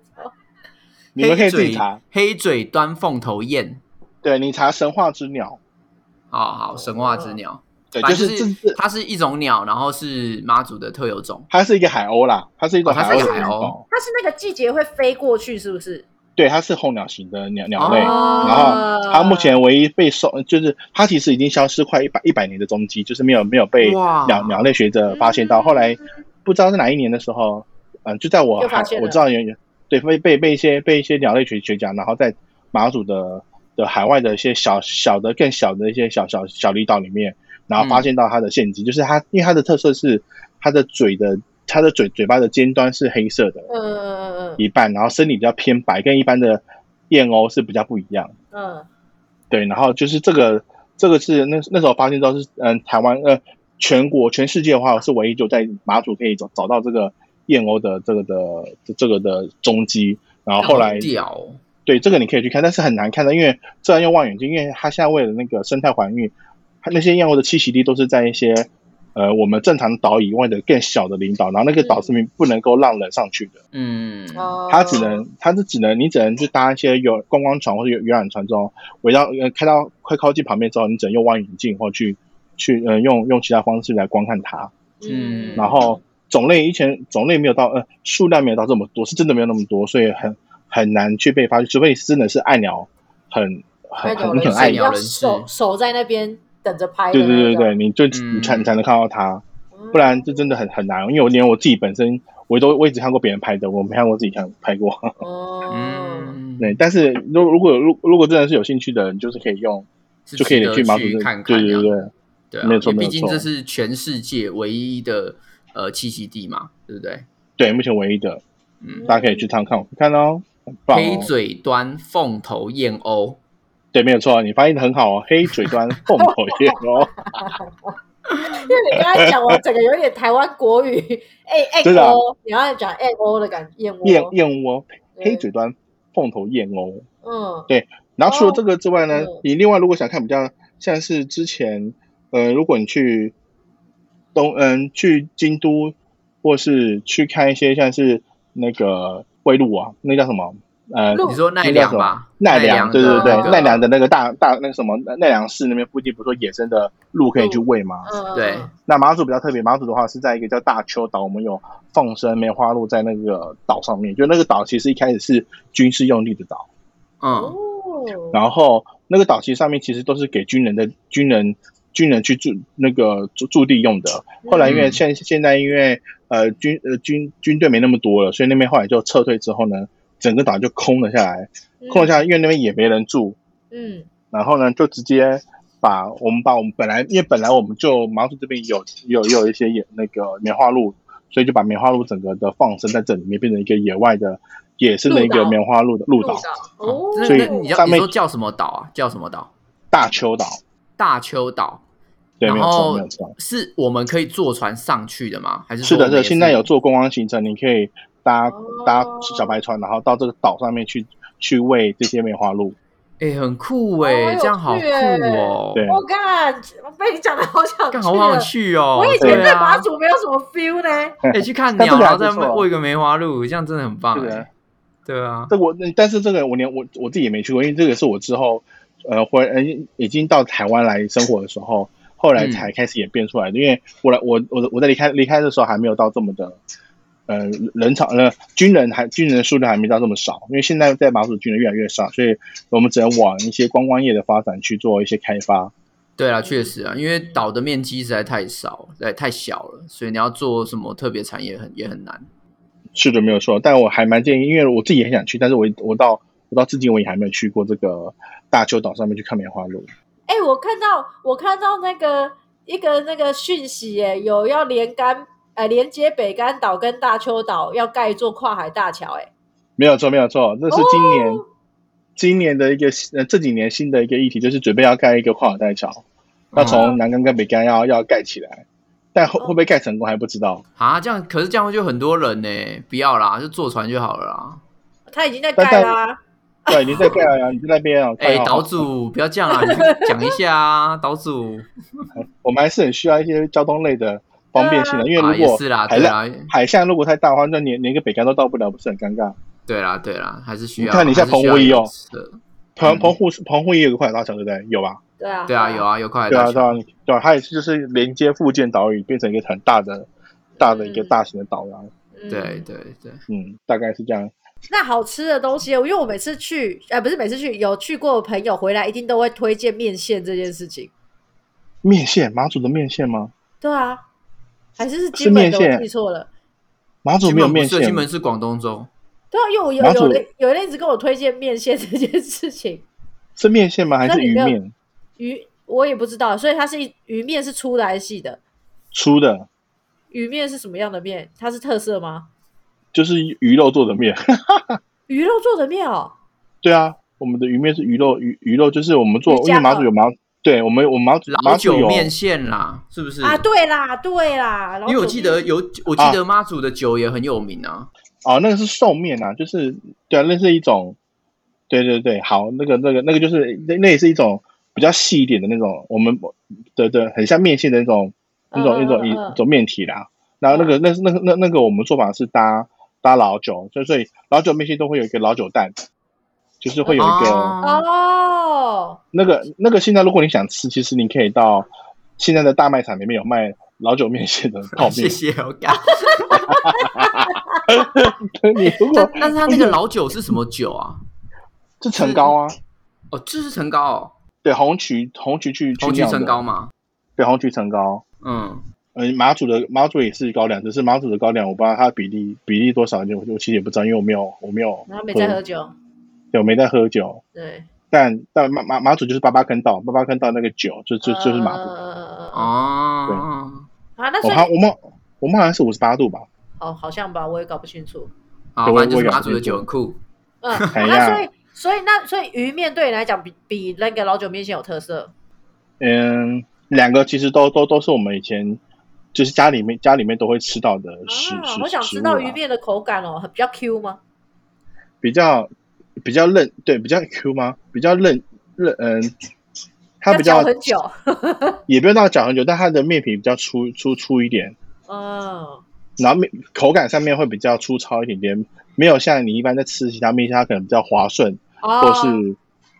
你们可以自
黑
己
嘴
查。
黑嘴端凤头雁，
对你查神话之鸟，
好好，神话之鸟，
哦对，
反
就
正
是
就
这
是
是
它是一种鸟，然后是妈祖的特有种。
它是一个海鸥啦，它是一种
哦它是一个
鸥的
海
品
鸥
种，
它是那个季节会飞过去，是不是？
对，它是候鸟型的鸟鸟类。
哦
然后它目前唯一被收，就是它其实已经消失快一百一百年的踪迹，就是没有没有被
哇
鸟鸟类学者发现到。
嗯
后来不知道是哪一年的时候，嗯、就在我
就发
还
现了
我知道有有对被被被一些被一些鸟类学学家，然后在马祖的的海外的一些小小的更小的一些小小小离岛里面，然后发现到它的陷阱，就是它因为它的特色是它的嘴的它的嘴嘴巴的尖端是黑色的
嗯嗯嗯
一半，然后身体比较偏白，跟一般的燕鸥是比较不一样。
嗯
对，然后就是这个，这个是那那时候发现到是，嗯，台湾呃，全国全世界的话是唯一就在马祖可以找找到这个燕鸥的这个的这这个的踪迹。然后后来
好屌哦，
对这个你可以去看，但是很难看到，因为这样用望远镜，因为它现在为了那个生态环境，它那些燕鸥的栖息地都是在一些呃我们正常岛以外的更小的领岛，然后那个岛是没不能够让人上去的。
嗯，
嗯，哦
它只能，它是只能，你只能去搭一些游观光船或者游游览船之后，围绕呃开到快靠近旁边之后，你只能用望远镜或去去呃用用其他方式来观看它。
嗯
然后种类以前种类没有到呃数量没有到这么多，是真的没有那么多，所以很很难去被发现，除非你真的是爱鸟，很
那
很
种
很
人
很爱
是
鸟
鸟
要
人
守
士
守在那边等着拍的
对
那种，
对对对，你就你才
嗯
你才能看到它，
嗯
不然这真的很很难。因为我连我自己本身我都我也只看过别人拍的，我没看过自己看拍过。
哦，
嗯，
对，但是如如果如如果真的是有兴趣的人，就是可以用，
是
就可以
值得
去马祖
去
这
看看
对
这
对
样
对，
对啊，
没有错
因为
没
毕
有
竟这
错
是全世界唯一的呃栖息地嘛，对不对？
对，目前唯一的，
嗯
大家可以去看看看哦，很棒
黑
哦。
嘴端凤头燕鸥，
对，没有错，你发音得很好哦，黑嘴端凤头燕
*laughs*
哦，
因为你刚才讲，我整个有点台湾国
*laughs*
语，哎哎
真的啊
哦，你要讲哎哦的感觉，燕
燕
窝，
燕窝，
对
黑嘴端凤头燕哦。
嗯，
然后除了
哦
这个之外呢
嗯，
你另外如果想看比较像是之前，呃，如果你去东嗯去京都，或是去看一些像是那个龟鹿啊，那叫什么？呃，
鹿
你说奈
那
良
种
吧？
奈良，对对
的
对
那，个
奈良的那个大大那个什么奈良市那边附近不是说野生的鹿可以去喂吗？
嗯
对
那马祖比较特别，马祖的话是在一个叫大丘岛，我们有放生梅花鹿在那个岛上面，就那个岛其实一开始是军事用地的岛，
嗯，
哦，
然后那个岛其实上面其实都是给军人的军人军人去驻那个驻驻地用的。后来因为
嗯
现现在因为呃军呃军军队没那么多了，所以那边后来就撤退之后呢，整个岛就空了下来，空了下来，因为那边也没人住，
嗯，
然后呢，就直接把我们把我们本来，因为本来我们就马祖这边有有有一些野那个梅花鹿，所以就把梅花鹿整个的放生在这里面，变成一个野外的野生的一
鹿
个
岛
梅花鹿的鹿
鹿
岛，
岛，
哦
哦，
那
所以
那你要
上
你
面
说叫什么岛啊？叫什么岛？
大丘岛，
大丘岛。
对，没
然
有错，
后
没有错。
是我们可以坐船上去的吗？还是
是
说我
的，
们
是的，
也是
现在有做观光行程，你可以搭
哦
搭小白船，然后到这个岛上面去去喂这些梅花鹿。
哎、很酷哎、
哦好有
这样好酷
趣欸
哦、
对
我干，被你讲的好想去
干
了，
好想去哦、
我以前
对
对马
啊，
祖没有什么 feel 呢，
哎、去看
但这
鸟，
个
然
还
后
不
再
错
喂个梅花鹿，这样真的很棒
对
哎、
的
对啊，
这我，嗯但是这个我连我我自己也没去过，因为这个是我之后，呃，回呃已经到台湾来生活的时候，后来才开始演变出来的。因为我来我我我在离开离开的时候还没有到这么的，呃，人潮呃军人还军人的数量还没到这么少，因为现在在马祖军人越来越少，所以我们只能往一些观光业的发展去做一些开发。
对啊，确实啊，因为岛的面积实在太少，对，太小了，所以你要做什么特别产业很也很难。
是的，没有错。但我还蛮建议，因为我自己也很想去，但是我我到我到至今我也还没有去过这个大丘岛上面去看梅花鹿。
哎、我看到我看到那个一个那个讯息、哎，有要连干呃连接北干岛跟大邱岛要盖一座跨海大桥、哎，
没有错，没有错，这是今年、
哦
今年的一个呃这几年新的一个议题，就是准备要盖一个跨海大桥，要
嗯
从南竿跟北竿要要盖起来，但会
哦
会不会盖成功还不知道。
啊，这样可是这样就很多人呢、不要啦，就坐船就好了啦。
他已经在
但
盖
在
啦、
对，已经在盖了呀，你在那
*laughs*
边啊，
哎、
快好
岛主不要这样啊，你去讲一下啊，岛主
我们还是很需要一些交通类的方便 *laughs* 性的，因为
啊
如
也
果
是啦，
海
对
浪、
啦，
海象如果太大的话，
嗯
那连连一个北竿都到不了，不是很尴尬？
对啦，对啦，还是需
你
要。
看你
还
像
是需
彭威
要
哦
有车
澎澎湖是澎湖也有个快乐大桥，对不对？有吧？
对啊，
对啊，有，啊，有快
对
乐
啊，
大
对
桥，
啊，对啊，它也是就是连接附近岛屿，变成一个很大的、大的一个
嗯
大型的岛啦。
嗯
对对对，
嗯，大概是这样。
那好吃的东西，因为我每次去，呃，不是每次去，有去过的朋友回来，一定都会推荐面线这件事情。
面线，马祖的面线吗？
对啊，还是是
是
金门
面
的，
线
我记错了。
马祖
金
没有
门不
面
是，
线
金，门是广东粥，
对啊，因为我有
马
有
祖
人有人一直跟我推荐面线这件事情，
是面线吗？还
那
是
你
鱼
没有
面
鱼我也不知道，所以它是一鱼面是出来系的，
粗的？
鱼面是什么样的面？它是特色吗？
就是鱼肉做的面。 *laughs*
鱼肉做的面哦，
对啊，我们的鱼面是鱼肉，鱼鱼肉就是我们做
鱼，
因
酱
为马祖有马，对我们我们马祖
老
马祖
酒
有
面线啦，是不是？
啊，对啦，对啦，
因为我记得有，我记
啊
得妈祖的酒也很有名啊。
哦，那个是寿面啊，就是对啊，那是一种，对对对，好，那个那个那个就是那那也是一种比较细一点的那种，我们对对，很像面线的那种那种
嗯
那种
嗯
一
嗯
种面体啦。然后那
嗯
个那是那个那那个我们做法是搭搭老酒，所以所以老酒面线都会有一个老酒蛋，就是会有一个、
哦
哦，
那个那个现在如果你想吃，其实你可以到现在的大卖场里面有卖老酒面线的泡面，
谢谢我
*laughs*
干。
你如
但
果
但是他那个老酒是什么酒啊？
是层高啊，
哦，这是陈高哦，
对红曲红曲去
红
去
曲
酿的
陈高嘛。
对，红曲层高。
嗯，
嗯，马祖的马祖也是高粱，只是马祖的高粱，我不知道它的比例比例多少，我我其实也不知道，因为我没有我没有
然后没在喝酒，
对，我没在喝酒。
对，
但但马马马祖就是八八坑道，八八坑道那个酒就就就是马祖。
呃
哦，
啊，那
我
所以
好我们我们好像是五十八度吧？
哦，好像吧，我也搞不清楚。
好，
对我
反正就
我
是
有
妈祖的
记
酒
住
很酷。
嗯，
*laughs* 哎
那
呀
所以所以那所以鱼面对你来讲比比那个老酒面线有特色
嗯，两个其实都都都是我们以前就是家里面家里面都会吃到的食
啊
食、！
我想
食
知
物
道
啦
鱼面的口感哦，很比较 Q 吗？
比较比较嫩，对，比较 Q 吗？比较嫩嫩，嗯，它比
要嚼
较
很久，
也不用到讲很久，但它的面皮比较粗粗粗一点，
嗯，
然后面口感上面会比较粗糙一点点，没有像你一般在吃其他面线，它可能比较滑顺、
哦，
或是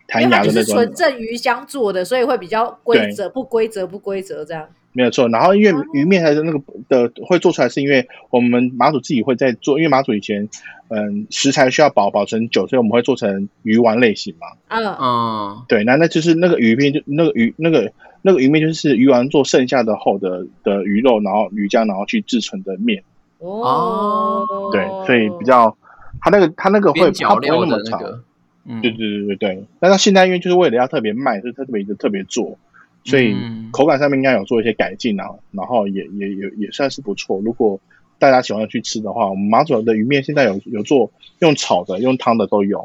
弹
因为它
牙
就
的那
是
种
纯，正鱼香做的，所以会比较规则不规则不规则这样。
没有错。然后因
哦
为鱼面它的那个的会做出来，是因为我们马祖自己会在做，因为马祖以前嗯食材需要保保存久，所以我们会做成鱼丸类型嘛。啊
嗯，
嗯，
对，那那就是那个鱼片，就那个鱼那个那个鱼面，就是鱼丸做剩下的后的的鱼肉，然后鱼浆，然后去制成的面。
哦，
对，所以比较它那个它那个会
边
它
角
不会
料
那
的
么
那
长。
个。嗯
对对对对对。但它现在因为就是为了要特别卖，就特别就特别做，所以
嗯
口感上面应该有做一些改进啊，然后也也也也算是不错。如果大家喜欢去吃的话，我们马祖的鱼面现在有有做用炒的、用汤的都有，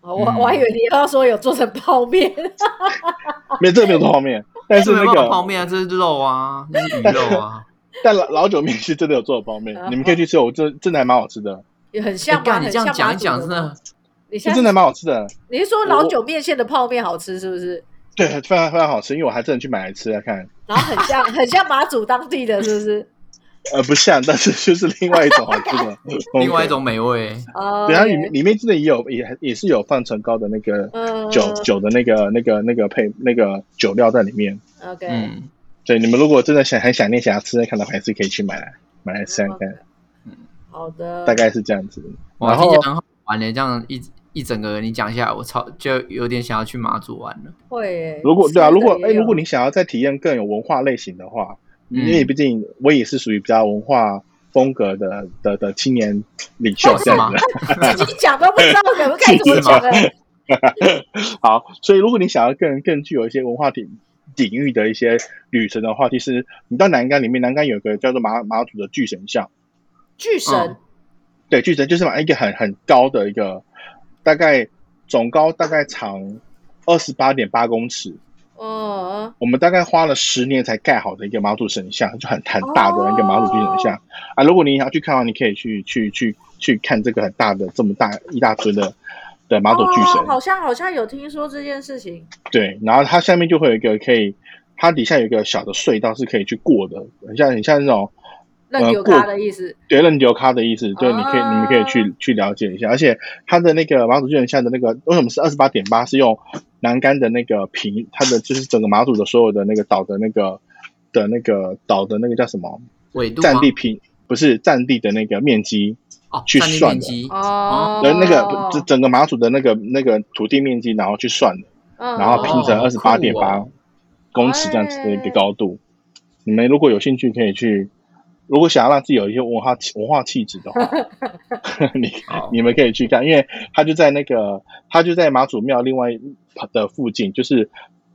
哦我我还
嗯
以为你要说有做成泡面，
没有这个没有做泡面，但是
这没
那
办法
个
泡面啊，这是肉啊，这是鱼肉
*laughs*
啊。
但老老酒面是真的有做的泡面
啊，
你们可以去吃，我真真的还蛮好吃的，
也很像
哎，
吧？
干，你
很
这
像
样讲
马
一
祖
讲，
的
真
吗
的，
你现
是
在
真的还蛮好吃的，
你是说老酒面线的泡面好吃是不是？
对，非常非常好吃，因为我还真的去买来吃来看，
然后很像很像马祖当地的是不是？
呃，不像，但是就是另外一种好吃
*laughs*
的，
另外一。种美味。
哦，
*laughs* 对，它里面里面真的也有也也是有放唇膏的那个
嗯
酒、酒的那个那个那个配那个酒料在里面。
OK，
嗯，
对，你们如果真的想很想念想要吃，看到还是可以去买来买来试看
嗯
看，
嗯好的，
大概是这样子。
哇，
然
听
后
起来很好玩欸嘞！这样一一整个你讲下来，我超就有点想要去马祖玩了。
会耶。
如果对啊，
吃的
如果
也
哎，
有
如果你想要再体验更有文化类型的话，
嗯
因为毕竟我也是属于比较文化风格的的的青年领袖
哦
这
是吗
样子。
*laughs* 自己讲都不知道可不可以怎么
*laughs*
讲了。
好，所以如果你想要更更具有一些文化领领域的一些旅程的话，其实你到南竿里面，南竿有个叫做马马祖的巨神像，
巨神
嗯
对，巨神就是把一个很很高的一个，大概总高大概长二十八点八公尺，
哦，
我们大概花了十年才盖好的一个马祖神像，就很很大的那个马祖巨神像、啊。如果你想要去看的话，你可以去去去去看这个很大的这么大一大尊的的马祖巨神，呃
哦好像好像有听说这件事情。
对，然后它下面就会有一个可以，它底下有一个小的隧道是可以去过的，很像很像那种
任由他的意思。
对，任由咖的意思，对，你可以，
啊
你们可以
哦
去去了解一下。而且它的那个马祖巨人下的那个，为什么是二十八点八？是用栏杆的那个屏，它的就是整个马祖的所有的那个岛的那个的那个岛的那个叫什么
纬度吗
占地平，不是占地的那个面积，
哦，
去
占地
算
面
的
积
哦，
呃然后那个这整个马祖的那个那个土地面积，然后去算的，
嗯，
然后拼成
哦
二十八点
好
八
酷
公尺这样子的一个高度。你们如果有兴趣，可以去。如果想要让自己有一些文化气文化气质的
*laughs*
话，你
好
你们可以去看，因为它就在那个，它就在马祖庙另外的附近，就是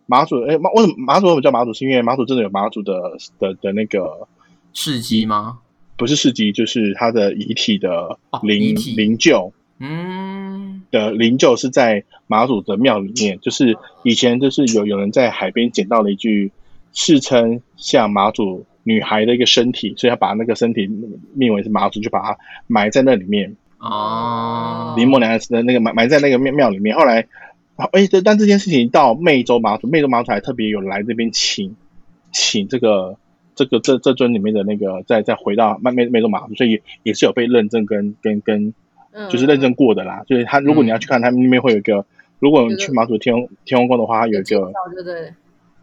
马祖。哎，马为什么马祖为什么叫马祖？是因为马祖真的有马祖的的的那个，
市集吗？
不是市集，就是它的遗体的
哦遗
灵
体
灵柩
嗯，
的灵柩是在马祖的庙里面，就是以前就是有有人在海边捡到了一具世称像马祖女孩的一个身体，所以他把那个身体命为是马祖，就把它埋在那里面。
哦，
林默娘的那个埋埋在那个庙庙里面。后来，哎，这但这件事情到湄洲马祖，湄洲马祖还特别有来这边请请这个这个这这尊里面的那个再再回到湄湄湄洲马祖，所以也是有被认证跟跟跟
嗯
就是认证过的啦。就是他如果你要去看，他们那边会有一个，如果你去马祖天空天空宫的话，它有一
介
个
绍对嗯对，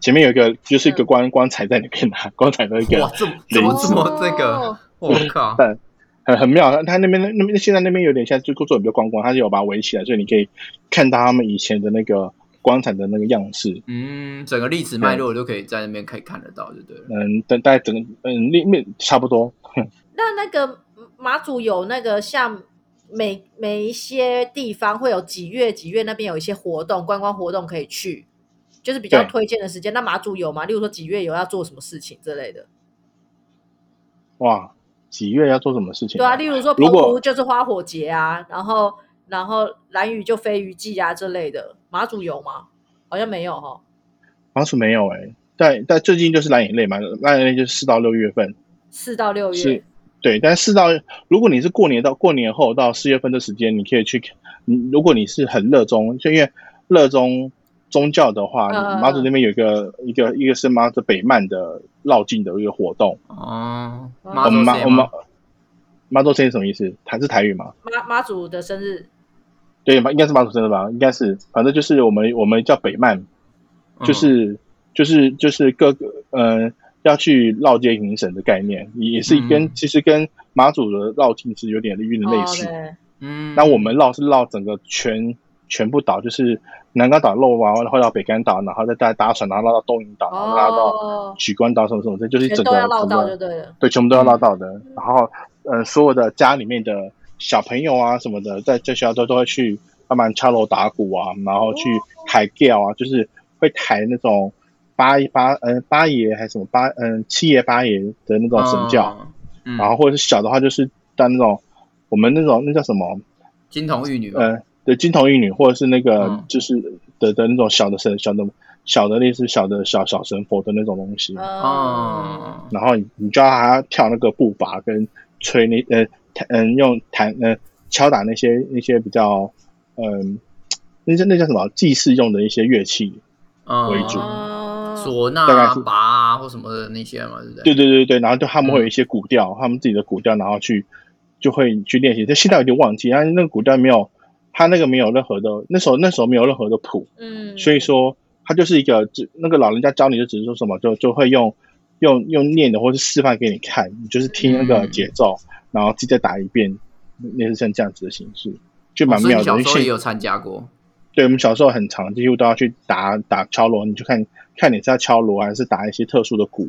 前面有一个就是一个棺棺材在里面的、棺材的一
哇
个，
这么怎么
林
这么这个？
哦
*laughs* 我靠！
很很妙。他他那边那边现在那边有点像就做的比较观光，他就有把它围起来，所以你可以看到他们以前的那个棺材的那个样式。
嗯，整个历史脉络都可以在那边可以看得到，就对了。
嗯，等大概整个嗯面面差不多。
那那个马祖有那个像每每一些地方会有几月几月那边有一些活动，观光活动可以去，就是比较
对
推荐的时间。那马祖有吗？例如说几月有要做什么事情之类的？
哇，几月要做什么事情？
对啊，例如说
如
澎
果
湖就是花火节啊，然后然后蓝屿就飞鱼季啊之类的。马祖有吗？好像没有哈、哦，
马祖没有哎、但但最近就是蓝眼泪嘛，蓝眼泪就是四到六月份。
四到六
是
月。
对，但四到如果你是过年到过年后到四月份的时间，你可以去。嗯，如果你是很热衷，就因为热衷宗教的话，
嗯嗯
马祖那边有一个一个一个是马祖北曼的绕境的一个活动。
哦，
我
妈
嗯我
祖谁
们马
吗
我们马祖生日什么意思？它是台语吗？
马马祖的生日
对，应该是马祖生日吧？应该是，反正就是我们我们叫北曼，
嗯
嗯
就是、就是就是各个呃要去绕街迎神的概念，也是跟、
嗯
其实跟马祖的绕境是有点有点类似。
哦对
嗯，
那我们绕是绕整个全全部岛，就是南竿岛绕完，然后到北竿岛，然后再搭搭船，然后绕到东引岛，然后绕到
哦，
莒光岛什么什么，这就是
全
整
都
个
要绕
整
道就嗯
个
对了。
对，全部都要绕到的。然后呃，所有的家里面的小朋友啊什么的，在在学校都都会去慢慢敲锣打鼓啊，然后
哦
去抬轿啊，就是会抬那种八八嗯、八爷还是什么八嗯、七爷八爷的那种神轿，
嗯，嗯，
然后或者是小的话就是当那种我们那种那叫什么？
金童玉女嘛，
呃的金童玉女，或者是那个
嗯
就是的的那种小的神小的小的类似小的小小神佛的那种东
嗯
西，
哦，
哦，
然后你你教他跳那个步伐跟吹那呃弹嗯用弹呃敲打那些那些比较嗯、那些那叫什么祭祀用的一些乐器，
嗯
为主
哦
唢呐
大概
啊、
是
拔啊或什么的那些嘛，对不对？
对对对对，然后就他们会有一些古调，他们自己的古调，然后去就会去练习。但现在有点忘记，但是那个古调没有他那个没有任何的那时候那时候没有任何的谱。
嗯，
所以说他就是一个只那个老人家教你就只是说什么就就会用用用念的或是示范给你看，你就是听那个
嗯
节奏，然后自己再打一遍，类似像这样子的形式，就
哦，
蛮
所以
妙
你
的。
小时候
现
也有参加过，
对我们小时候很常几乎都要去打打敲锣，你就看看你是要敲锣还是打一些特殊的鼓。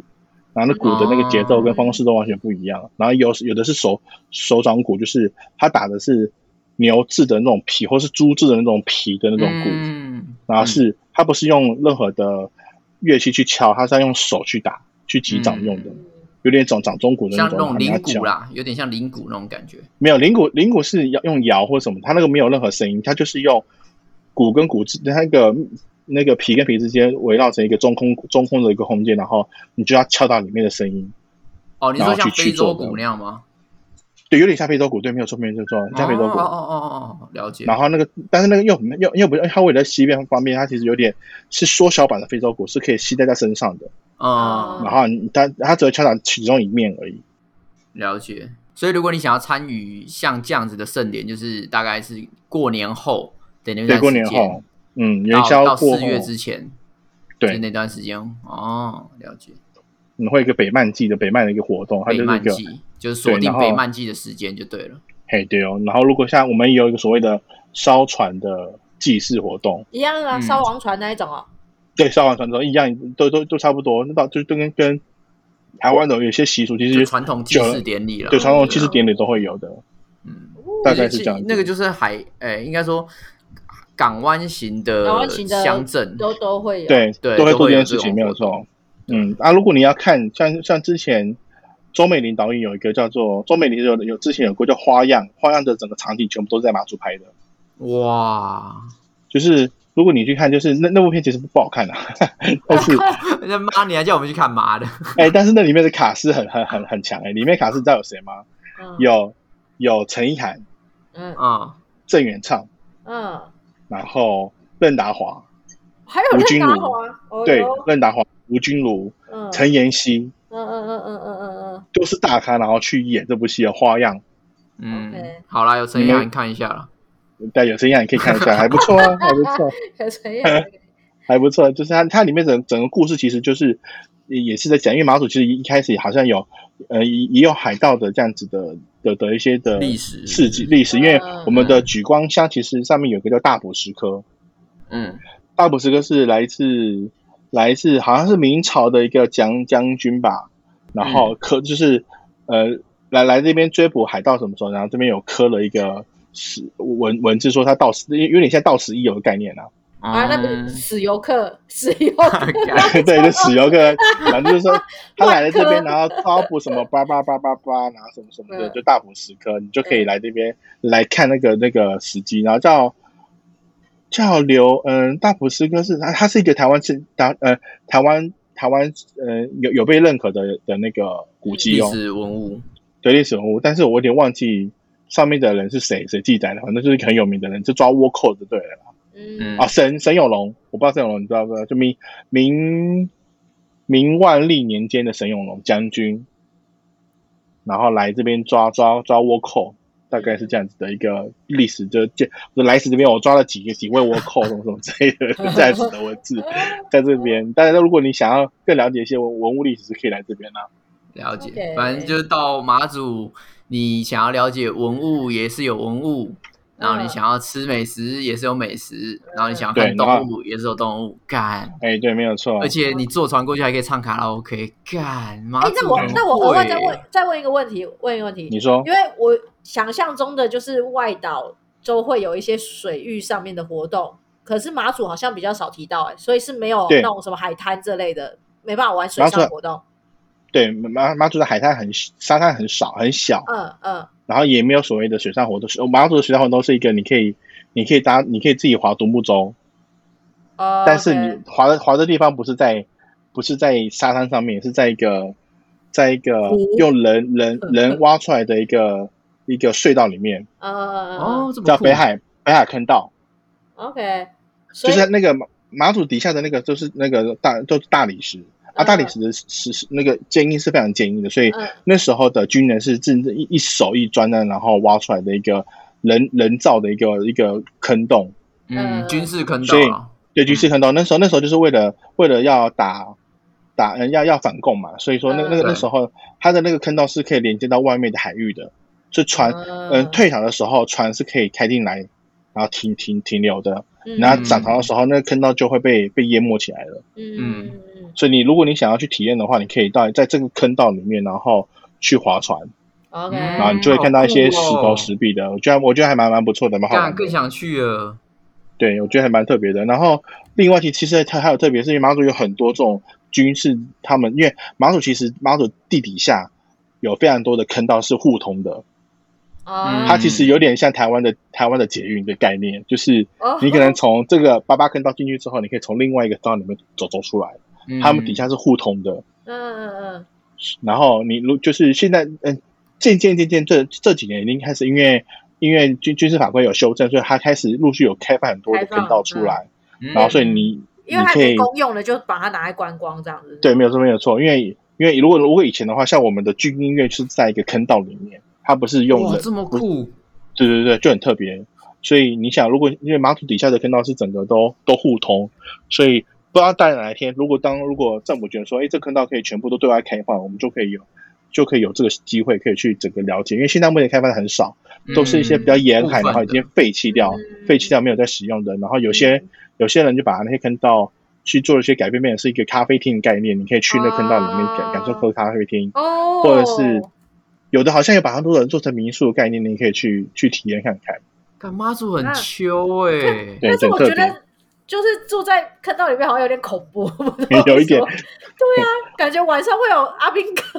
然后那鼓的那个节奏跟方式都完全不一样，然后有有的是手手掌鼓，就是他打的是牛制的那种皮，或是猪制的那种皮的那种鼓，
嗯，
然后是它不是用任何的乐器去敲，它是要用手去打、去击掌用的，有点掌掌中鼓的那
嗯像那
种，
种
你要
铃
敲
鼓。啦，有点像铃鼓那种感觉，
没有铃鼓，铃鼓是要用摇或什么，它那个没有任何声音，它就是用鼓跟鼓之它那个那个皮跟皮之间围绕成一个中空中空的一个空间，然后你就要敲到里面的声音。
哦，你说
然后
像
去去
非洲
做的
鼓那样吗？
对，有点像非洲鼓，对，没有错，没有错，像非洲鼓。
哦哦哦哦哦，了解。
然后那个，但是那个又又又不，它为了吸边方便，它其实有点是缩小版的非洲鼓，是可以吸带在身上的。
嗯，
然后你它它只会敲打其中一面而已。
了解。所以如果你想要参与像这样子的盛典，就是大概是过年后的那
对，
段
过
时
年
间，
后，嗯，元
到
宵
到
过
四
后，
月之前，
对
就那段时间哦，了解。
你会有一个北漫季的北漫的一个活动，它
北
就是一
漫
个
季就是锁
对
定
然后
北漫季的时间就对了。
嘿对哦。然后如果像我们也有一个所谓的烧船的祭祀活动，
一样啊，
嗯
烧王船那一种哦。
对，烧完船之后一样，都都都差不多，那到就都跟跟台湾的有些习俗，其
就
实
传统祭祀典礼了，
对传统
对啊
祭祀典礼都会有的，
嗯，
大概是这样子。
那个就是海，诶、应该说港湾型的
港湾型的
乡镇，
都都会有。，
对
对
都会
都
做
会
这
有
件事
这
情，
种
没有
活
错。嗯啊，如果你要看像像之前周美玲导演有一个叫做周美玲有有之前有过叫《花样》，《花样》的整个场景全部都是在马祖拍的，
哇，
就是如果你去看，就是那那部片其实不好看啊， *laughs* 但
*laughs*
是
那妈你还叫我们去看妈的，
哎、但是那里面的卡斯很很很很强哎、里面卡斯知道有谁吗？
嗯，
有有陈意涵、
嗯
嗯，
郑元畅，
嗯，
然后任达华，
还有
吴
任
君
达
如
华，哦
对
哟，
任达华、吴君如、
嗯，
陈妍希
嗯嗯嗯嗯嗯嗯嗯。
都是大咖，然后去演这部戏的花样。
嗯
OK，
好啦，有陈意
你们
涵看一下了，
但有声音你可以看一下，还不错啊，还不
*laughs*
错，
可嗯陈燕，
嗯还不错。就是它它里面整整个故事其实就是也也是在讲，因为马祖其实一开始好像有呃也也有海盗的这样子的的的一些的
历史
事迹历史，因为我们的举光箱其实上面有一个叫大埔石刻，
嗯，
大埔石刻是来自来自好像是明朝的一个将将军吧，然后刻就是呃来来这边追捕海盗什么时候，然后这边有刻了一个史文文字说他到十，有有点像到十一有的概念啊。
啊，那不是死游客，死游客，
嗯
*laughs* 对，就史游客，反正就
*laughs*
是说他来了这边，
万科
然后招补什么八八八八八，然后什么什么的，
嗯
就大补十颗，你就可以
嗯
来这边来看那个那个时机，然后叫叫刘嗯，大普斯科是他，他是一个台湾是台呃台湾台湾呃有有被认可的的那个古迹
历
哦，
史文物，
对历史文物，但是我有点忘记上面的人是谁谁记载的，反正就是一个很有名的人，就抓倭寇的对了。
嗯，
啊，沈沈有龙，我不知道沈有龙你知道不知道？就明明明万历年间的沈有龙将军，然后来这边抓抓抓倭寇，大概是这样子的一个历史，就就来时这边我抓了几个几位倭寇，什么什么之
*laughs*
类的这样子的文字
哎
在这边。但是如果你想要更了解一些文文物历史，是可以来这边啦、
了解
OK
反正就是到马祖，你想要了解文物也是有文物。然后你
嗯
想要吃美食也是有美食，然后你想要
对
看
然后
动物也是有动物，干
哎，对，没有错
而。且你坐船过去还可以唱卡拉 OK，干妈
哎
祖，
那我
很
那我额外再
贵
问再问一个问题，问一个问题，
你说
因为我想象中的就是外岛都会有一些水域上面的活动，可是马祖好像比较少提到、哎，所以是没有
对
那种什么海滩之类的，没办法玩水
马祖
上活动。
对马马祖的海滩很沙滩很少很小，
嗯嗯
然后也没有所谓的水上活动。呃马祖的水上活动是一个你可以，你可以搭，你可以自己划独木舟，
哦，
但是
OK
你划的划的地方不是在不是在沙滩上面，是在一个在一个
湖
用人人人挖出来的一个一个隧道里面，
嗯嗯嗯嗯
哦，这么
叫
酷
北海北海坑道，
，OK，所
就
以
是那个马马祖底下的那个就是那个大就是大理石。啊，
嗯
大理石的石石那个坚硬是非常坚硬的，所以
嗯
那时候的军人是真正一一手一砖呢，然后挖出来的一个人人造的一个一个坑洞，
嗯，
嗯
军事坑道
所以
啊，
对军事坑洞。那时候那时候就是为了为了要打打嗯要要反共嘛，所以说那个那个
嗯
那时候它的那个坑洞是可以连接到外面的海域的，是船
嗯
嗯退场的时候船是可以开进来，然后停停停留的，然后涨潮的时候那个坑道就会被被淹没起来了。
嗯嗯嗯
所以你如果你想要去体验的话，你可以到在这个坑道里面，然后去划船，
，OK，
嗯
啊然后你就会看到一些石
好酷
头
哦
石壁的，我觉得我觉得还蛮蛮不错的，蛮好
干
玩的
更。想去了，
对，我觉得还蛮特别的。然后另外其其实它还有特别，是因为马祖有很多这种军事，他们因为马祖其实马祖地底下有非常多的坑道是互通的，
嗯
啊
它其实有点像台湾的台湾的捷运的概念，就是
哦
你可能从这个八八坑道进去之后，你可以从另外一个坑道里面走走出来，
嗯
他们底下是互通的。
嗯嗯
然后你如就是现在，嗯，渐渐渐渐这这几年已经开始，因为因为军军事法规有修正，所以它开始陆续有开放很多的
开放
坑道出来，
嗯
然后所以你
嗯，因为
你
它
可
没
以
公用的，就把它拿来观光这样子。
对没有错没有错，因为因为如果如果以前的话，像我们的军音乐是在一个坑道里面，它不是用
哇，
的，
这么酷，
对对对，就很特别。所以你想，如果因为马祖底下的坑道是整个都都互通，所以不知道大家哪一天，如果当如果政府觉得说，哎，这坑道可以全部都对外开放，我们就可以有就可以有这个机会可以去整个了解，因为现在目前开放的很少，都是一些比较沿海，
嗯部
然后已
分的嗯
经废弃掉、
嗯
废弃掉没有在使用的，然后有些、有些人就把那些坑道去做一些改变，变成是一个咖啡厅的概念，你可以去那坑道里
哦
面感、
啊
感受喝咖啡厅，
哦，
或者是有的好像也把很多人做成民宿的概念，你可以去去体验看看。
干妈祖很
啊
秋哎，
对
但是
对
我
特
觉
别
得就是住在坑道里面好像有点恐怖，我不知道
*laughs* 有
为
一点
什么对啊，感觉晚上会有阿兵哥 *laughs*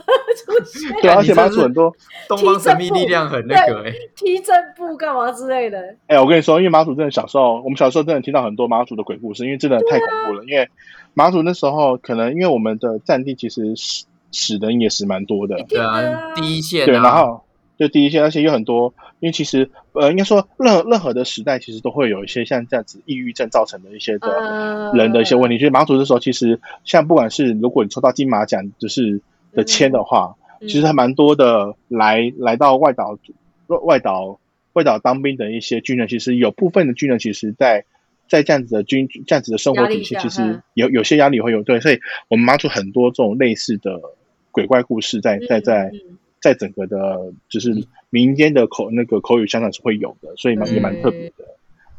出现， *laughs*
*laughs*
对，
干
而
啊你
且
真
马祖
是
很多，
*laughs* 东方神秘力量很那个哎，
踢正步干嘛之类的。
哎、我跟你说，因为马祖真的小时候，我们小时候真的听到很多马祖的鬼故事，因为真的
啊
太恐怖了。因为马祖那时候可能因为我们的战地其实死死人也死蛮多的，
对
对
啊
啊，
第一线
对，
啊，
然后就第一线，而且有很多，因为其实呃，应该说任何任何的时代，其实都会有一些像这样子抑郁症造成的一些的
呃，
啊
嗯
人的一些问题。所以马祖的时候，其实像不管是如果你抽到金马奖，就是的签的话，
嗯，
其实还蛮多的来来到外岛外岛外岛当兵的一些军人，其实有部分的军人其实在。在这样子的军这样子的生活
压力
体系，
下
其实
嗯
有有些压力会有对，所以我们马祖很多这种类似的鬼怪故事在在在
嗯嗯
在整个的，就是民间的口那个口语相传是会有的，所以
嗯
蛮也蛮特别的，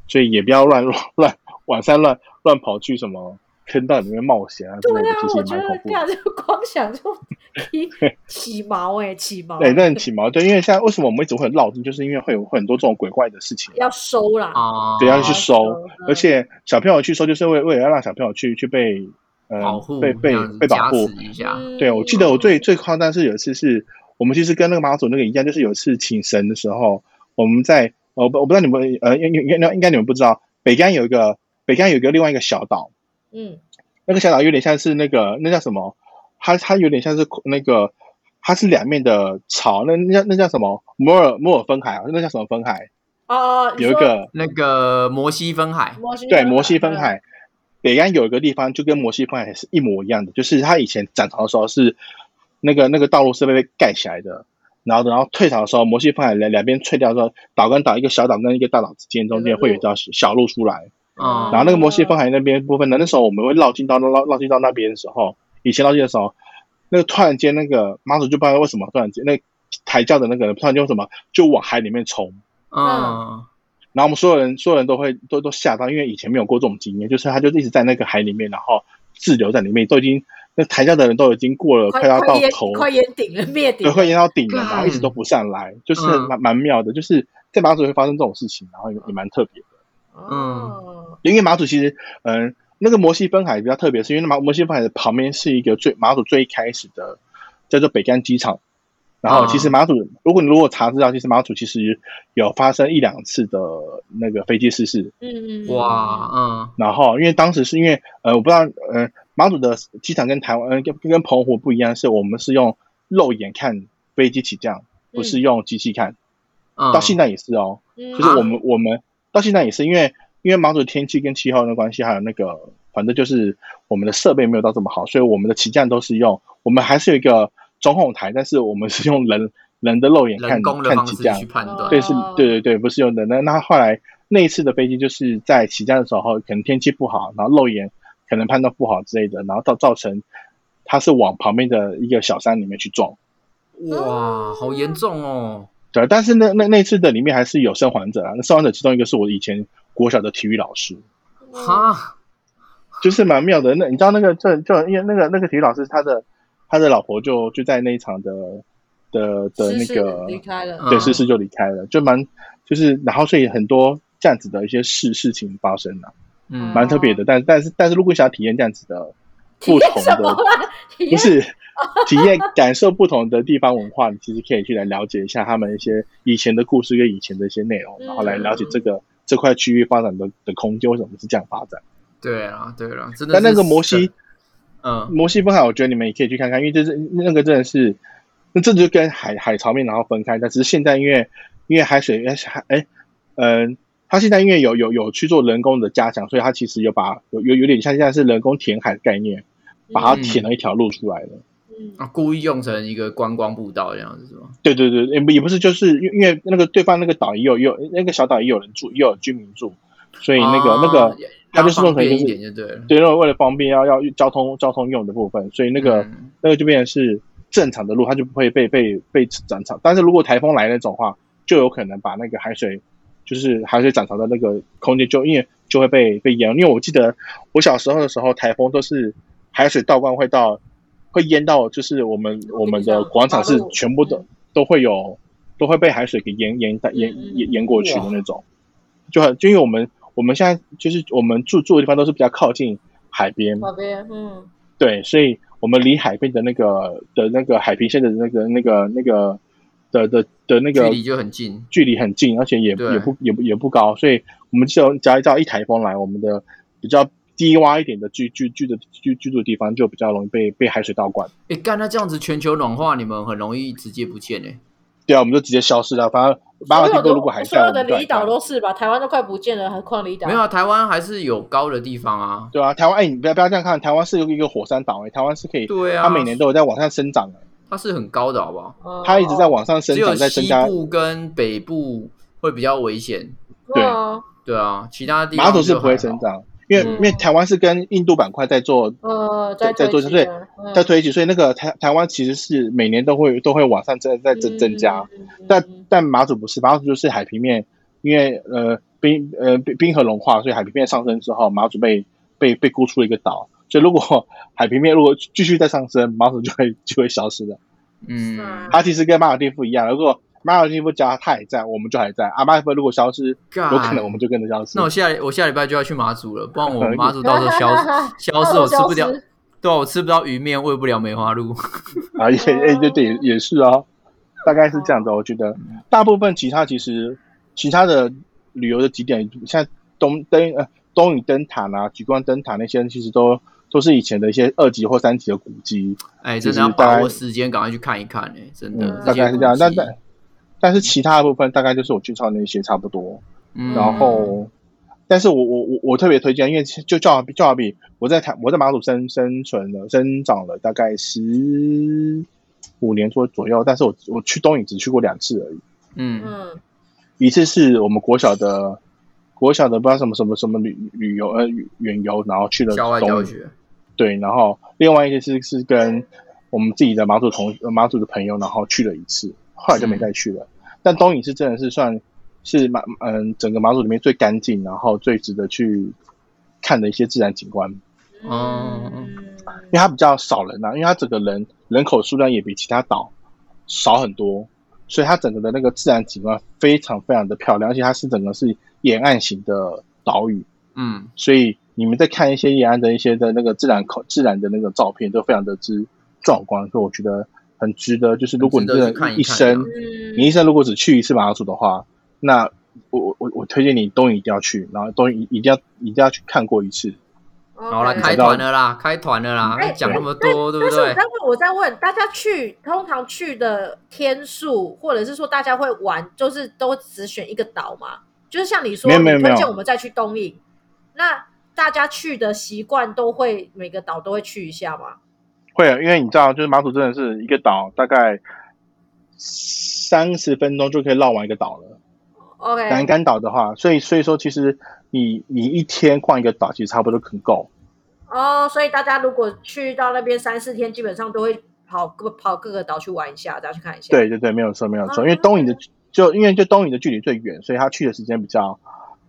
所以也不要乱 *laughs* 乱乱晚上乱乱跑去什么坑道里面冒险啊之类
对
的
啊，，
其实
我
也
觉
蛮恐
得
怖的。
干就光想就 *laughs* 起
*laughs*
起毛哎，起毛，
对，那很起毛，对，因为现在为什么我们一直会很闹，就是因为会有会很多这种鬼怪的事情，
要收啦，哦嗯
啊，
哦对，要去
是
收，
嗯
而且小朋友去收，就是为为了要让小朋友去去被呃
保护
被被
这样子
被保
加
护
持，一下，
对，我记得我最
嗯
最夸张是有一次是我们其实跟那个马祖那个一样，就是有一次请神的时候，我们在我不我不知道你们呃应应应应该你们不知道，北干有一个北干有一个另外一个小岛，
嗯
那个小岛有点像是那个那叫什么，它它有点像是那个它是两面的潮，那那叫那叫什么摩尔摩尔分海啊，那叫什么分海？
哦，你
有一
说嗯
个
那个摩西分海，
摩西
对
分
摩
海
西分，海。北岸有一个地方就跟摩西分海是一模一样的，就是它以前涨潮的时候是那个那个道路是被盖起来的，然后然后退潮的时候，摩西分海两两边退掉之后，岛跟岛一个小岛跟一个大岛之间中间会有一条小路出来，
嗯，
然后那个摩西分海那边部分呢，那时候我们会绕进到绕绕进到那边的时候，以前绕进的时候，那个突然间那个妈祖就不知道为什么突然间那抬轿的那个人突然间为什么就往海里面冲，
嗯，
然后我们所有人，所有人都会都都吓到，因为以前没有过这种经验，就是他就一直在那个海里面，然后滞留在里面，都已经那台下的人都已经过了，
快
要到
淹
头，
快淹顶了，灭顶
对，
了，
快淹到顶了，
干
然后一直都不上来，就是
嗯
蛮蛮妙的，就是在马祖会发生这种事情，然后也也蛮特别的。
哦，
因为马祖其实，嗯、那个摩西分海比较特别，是因为马摩西分海的旁边是一个最马祖最开始的叫做北干机场。然后其实
嗯
马祖，如果你如果查资料，其实马祖其实有发生一两次的那个飞机失事，
嗯嗯，
哇，嗯，
然后因为当时是因为呃，我不知道呃，马祖的机场跟台湾呃跟跟澎湖不一样，是我们是用肉眼看飞机起降，不是用机器看。
嗯
到现在也是哦，
嗯，
就是
啊
我们、我们到现在也是因为因为马祖的天气跟气候的关系，还有那个反正就是我们的设备没有到这么好，所以我们的起降都是用我们还是有一个中控台，但是我们是用人人的肉眼看
人工的
看
方
起
式
降
去，判断，
对，是
哦，
对对对，不是用的。那那后来那一次的飞机就是在起降的时候，可能天气不好，然后肉眼可能判断不好之类的，然后造造成它是往旁边的一个小山里面去撞。
哇，好严重哦，
对，但是那那那次的里面还是有生还者啊。那生还者其中一个是我以前国小的体育老师，
嗯
哈，
就是蛮妙的。那你知道那个就就因为那个那个体育老师他的他的老婆就就在那一场的的的
失
那
事
个
离开了，
对
嗯
失事就离开了，就蛮就是然后所以很多这样子的一些事事情发生了、
嗯，
蛮特别的。但但是但是如果你想要体验这样子的不
哦体验
同
什么
的，
啦？体
*laughs* 不
验
是体验感受不同的地方文化，你其实可以去来了解一下他们一些以前的故事跟以前的一些内容，
嗯
然后来了解这个。这块区域发展的的空间为什么是这样发展？
对啊，对啊，真的是。
但那个摩西，
嗯，
摩西分海，我觉得你们也可以去看看，因为这是那个真的是，那这就跟海海潮面然后分开，但只是现在因为因为海水哎海哎嗯、它现在因为有有有去做人工的加强，所以它其实有把有有有点像现在是人工填海的概念，把它填了一条路出来了。
嗯
啊，故意用成一个观光步道这样子是吗？
对对对，也不也不是，就是因为因为那个对方那个岛也有也有那个小岛也有人住，也有居民住，所以那个、
啊
那个它
要
就是
方
弄成
便
就
一
是
点就对了。
对，那个为了方便要要交通交通用的部分，所以那个、
嗯
那个就变成是正常的路，它就不会被被被涨潮。但是如果台风来那种话，就有可能把那个海水，就是海水涨潮的那个空间就，因为就会被被淹。因为我记得我小时候的时候，台风都是海水倒灌会到会淹到，就是我们我们的广场是全部都都会有都会被海水给淹淹到淹淹淹过去的那种，就很就因为我们我们现在就是我们住住的地方都是比较靠近海边，
那边嗯
对，所以我们离海边的那个的那个海平线的那个那个那个的的的那
距
个
离就很近，
距离很近，而且也
对
也不也不也不高，所以我们只有只要只要一台风来，我们的比较低洼一点的居居居的居居住的地方就比较容易被被海水倒灌。
哎，干那这样子全球暖化，你们很容易直接不见哎。对
对啊，我们就直接消失了。反正巴
所有
马地
的
沟如果还
所
在，
有
我
的
们就
离岛
还在
都是吧，台湾都快不见了，何况离岛
没有啊，台湾还是有高的地方啊。
对啊，台湾哎、你不要不要这样看，台湾是有一个火山岛哎、台湾是可以，
对啊，
它每年都有在往上生长的、
它是很高的，好不好？
嗯
它一直在往上生
只有
长，在增
西
加。
部跟北部会比较危险，
对啊
对啊，其他地方
马祖是
就
不会
还
生
好。
长，因为、
嗯
因为台湾是跟印度板块在做
呃
在
在
在做
推
对
进啊嗯
在推起，所以那个台台湾其实是每年都会都会往上增在增增加，
嗯，嗯
但
嗯
但马祖不是，马祖就是海平面，因为呃冰呃冰冰河融化，所以海平面上升之后，马祖被被被孤出了一个岛，所以如果海平面如果继续再上升，马祖就会就会消失的。
是
嗯
啊，
它其实跟马尔蒂夫一样，如果马尔蒂夫加它也在，我们就还在；阿马尔蒂夫如果消失，
干
有可能我们就跟着消失
那。我下我下礼拜就要去马祖了，不然我马祖到时候消失，
*laughs* 消
消失我吃不了
消失，
对啊，我吃不到鱼面，喂不了梅花鹿。
啊，
哦
也哎对对，也是哦，大概是这样的。我觉
哦
得大部分其他其实其他的旅游的景点，像东灯呃东屿灯塔啊、举光灯塔那些，其实都都是以前的一些二级或三级的古迹，
哎，
就
真
是
的要把
大概
握时间，赶快去看一看哎，真的
嗯，。
这
大
些
概是这样。
古
但
迹
但但是其他的部分大概就是我去唱那些差不多，
嗯
然后。但是我我我我特别推荐，因为就就好比就好比我在台我在马祖生生存了生长了大概十五年左左右，但是我我去东影只去过两次而已。
嗯
嗯
一次是我们国小的国小的不知道什么什么什么旅旅游呃旅远游，然后去了
校外教
东
学，
对，然后另外一次是是跟我们自己的马祖同呃马祖的朋友，然后去了一次，后来就没再去了。但东影是真的是算是马嗯整个马祖里面最干净，然后最值得去看的一些自然景观，因
哦
嗯
为它比较少人啊，因为它整个人人口数量也比其他岛少很多。所以它整个的那个自然景观非常非常的漂亮，而且它是整个是沿岸型的岛屿，
嗯，
所以你们在看一些延安的一些的那个自然口自然的那个照片，都非常的之壮观，所以我觉得很值得。就是如果你
很值得
真的
去看一看
一生，
嗯
你一生如果只去一次马祖的话，那我我我我推荐你东影一定要去，然后东影一定要一定要去看过一次。
好啦，
OK
开团了啦，开团了啦
哎，
讲那么多，对
但
不
是我
对
在？问，我在问大家去通常去的天数，或者是说大家会玩，就是都只选一个岛嘛？就是像你说，
没有没有
你
没
推
有
荐我们再去东引，那大家去的习惯都会每个岛都会去一下吗？
会，啊因为你知道，就是马祖真的是一个岛，大概三十分钟就可以绕完一个岛了。
OK，
南竿岛的话，所以所以说，其实你你一天逛一个岛，其实差不多很够。
哦，所以大家如果去到那边三四天，基本上都会跑各跑各个岛去玩一下，大家去看一下。
对对对，没有错没有错，因为
啊
东影的就因为就东影的距离最远，所以他去的时间比较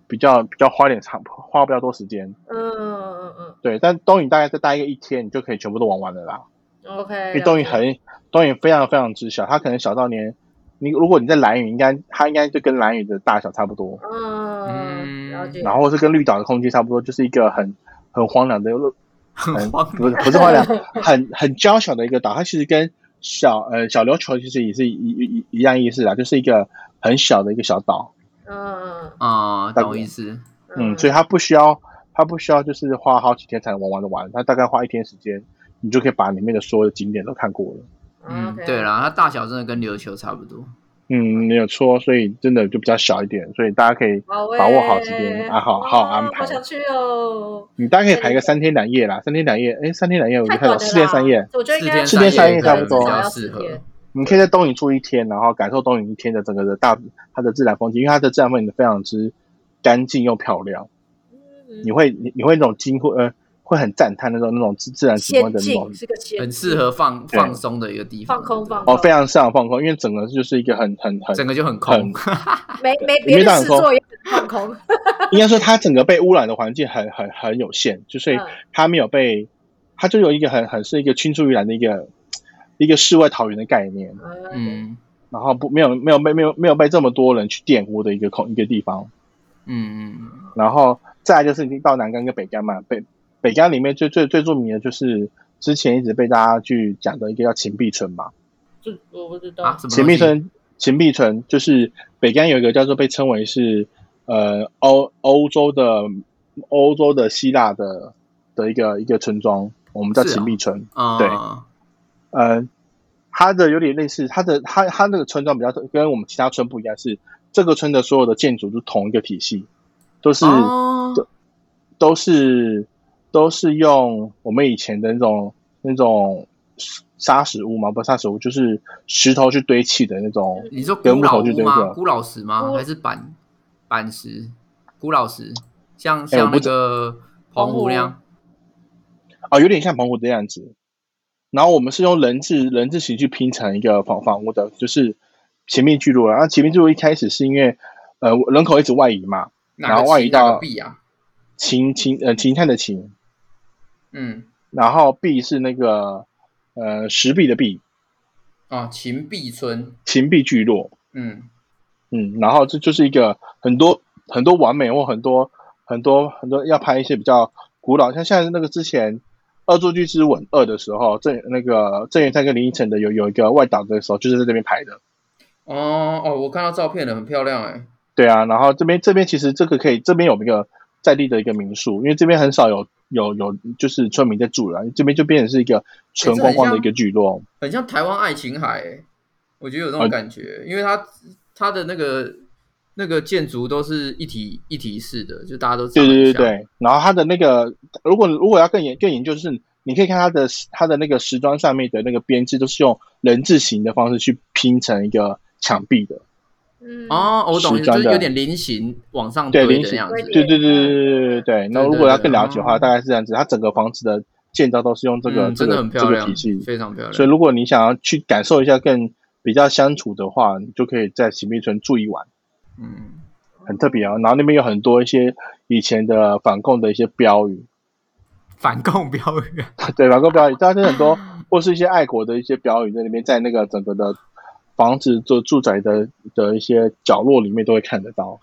比较比较花点长，花比较多时间。
嗯，嗯嗯
对，但东影大概再待个一天，你就可以全部都玩完了啦。
嗯，OK 了解。
因为东影很东影非常非常之小，它可能小到连你如果你在蓝屿，应该它应该就跟蓝屿的大小差不多，
嗯，了解。
然后是跟绿岛的空间差不多，就是一个很很荒凉的
很 *laughs*
很
荒
不是不是
*laughs*
荒凉，很很娇小的一个岛，它其实跟小呃小琉球其实也是一一一一样意思啦，就是一个很小的一个小岛，
嗯
啊，
大
懂
概
意思。
嗯，所以它不需要它不需要就是花好几天才能玩完的完，它大概花一天时间，你就可以把里面的所有的景点都看过了。
嗯，
哦 OK
对啦，它大小真的跟琉球差不多。
嗯，没有错，所以真的就比较小一点，所以大家可以
好欸
把握好时间啊，好好
哦
安排
好。想去哦，
你大概可以排个三天两夜啦，三天两夜，哎，三天两夜我就
太
看
短
到
了啦
四天三夜，，
我觉得应该
四
天三夜
对
差不多
至少要
比较适
四
合
天。
你可以在东影住一天，然后感受东影一天的整个的大它的自然风景，因为它的自然风景非常之干净又漂亮，
嗯
你会你你会那种惊呼呃，会很赞叹那种那种自自然景观
仙
的那种
境是个仙，
很适合放
对
放松的一个地方，
放空放
哦，非常适合放空，因为整个就是一个很很很
整个就很空，嗯
*laughs* 没没别
因为
的
大
事
很空
做也很放空。
应该说它整个被污染的环境很很很有限，就所以
嗯
它没有被，它就有一个很很是一个青出于蓝的一个一个世外桃源的概念，
嗯
然后不没有没有被没有没有被这么多人去玷污的一个空一个地方，
嗯嗯，
然后再来就是已经到南竿跟北竿嘛，北北竿里面最最最著名的就是之前一直被大家去讲的一个叫秦壁村嘛，
这我不知道
啊，什么
秦
东
壁
西
村秦壁村就是北竿有一个叫做被称为是呃欧欧洲的欧洲的希腊的的一个一个村庄，我们叫
是哦
秦壁村，
啊，
对呃，它的有点类似，它的它它那个村庄比较跟我们其他村不一样，是这个村的所有的建筑都同一个体系，都是、
哦
对都是都是用我们以前的那种那种沙石屋嘛，不是沙石屋，就是石头去堆砌的那种。
你说
跟
古
木
老
头就
屋
对
吗？
了
古老石吗？
古
还是板板石？古老石，像
哎我
像
不
那
知
个
澎
澎湖
湖
那样，
啊，有点像澎湖的样子。然后我们是用人字人字形去拼成一个房房屋的，就是前面聚落。然后前面聚落一开始是因为呃人口一直外移嘛，
哪
然
个
后外
旗
移
哪个
到
币啊？
秦秦呃秦汉的秦，
嗯，
然后币是那个呃石壁的壁，
啊，秦壁村，
秦壁聚落。
嗯，
嗯，然后这就是一个很多很多完美或很多很多很多要拍一些比较古老，像现在那个之前《恶作剧之吻二》的时候，郑那个郑元泰跟林依晨的有有一个外岛的时候，就是在这边拍的。
哦哦，我看到照片了，很漂亮哎，
对啊，然后这边这边其实这个可以，这边有一个在地的一个民宿，因为这边很少有有有就是村民在住了，这边就变成是一个纯观光的一个聚落。
很像台湾爱琴海哎，我觉得有这
啊
种感觉，因为它它的那个那个建筑都是一体一体式的，就大家都长
对
得很
对对
像，
对，然后它的那个，如果如果要更研更研究，就是你可以看它的它的那个时装上面的那个编织，都是用人字形的方式去拼成一个墙壁的。
嗯，
哦，我懂，
是
就
真
是
的
有点菱形往上
对
堆
菱
的
形
样子，
对对对对对对对。那
对
如
对
果要
对
更了解的
哦
话，大概是这样子，它整个房子的建造都是用这个
嗯
这
真的
个
很
这
漂
个
亮
体，系。
非常漂亮。
所以如果你想要去感受一下更比较相处的话，你就可以在秦壁村住一晚。
嗯，
很特别哦，然后那边有很多一些以前的反共的一些标语， *laughs*
反共标语，
对，法国标语，但是很 *laughs* 多或是一些爱国的一些标语在那边，在那个整个的房子做住宅的的一些角落里面都会看得到，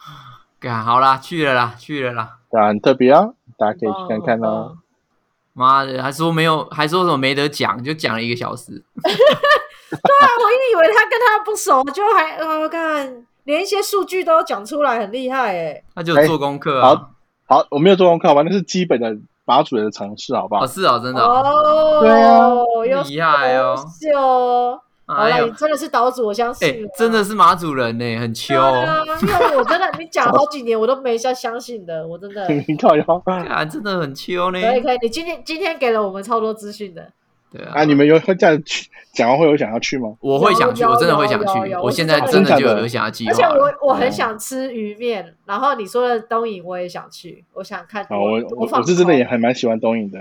干好啦，去了啦，去了啦。
对啊，很特别啊，大
很
家可以
棒
去看看
很
哦。
棒
妈的，还说没有，还说什么没得讲，就讲了一个小时。
对啊，我一直以为他跟他不熟，就还呃，看连一些数据都讲出来，很厉害哎。
他就有做功课
哎好
啊。
好，我没有做功课吧，那是基本的马主人的常识，好不好
哦，？是哦，真的哦，
哦，
对啊
优
厉害哦。
秀哦。好
哎
了，
呦
你，真的是岛主，我相
哎
信了，
真的是马主人呢，很
对
秋
啊
哦，，
因为我真的你讲了好几年，我都没下相信的， *laughs* 我真的可
*laughs* 你靠腰
啊，真的很秋呢。
以可以，你今天今天给了我们超多资讯的，
对
啊，
啊，
你们有会这样去讲完会有想要去吗？
我会想去，
有有
我真的会想
有有
去，
有
我现在
我
真
真的
的
会
就
想
有想要计
而且
划了。
我我很
嗯
想吃鱼面，然后你说的东影我也想去，我想看多
好，啊我
多
我
放
我是真的
空
也还蛮喜欢东影的，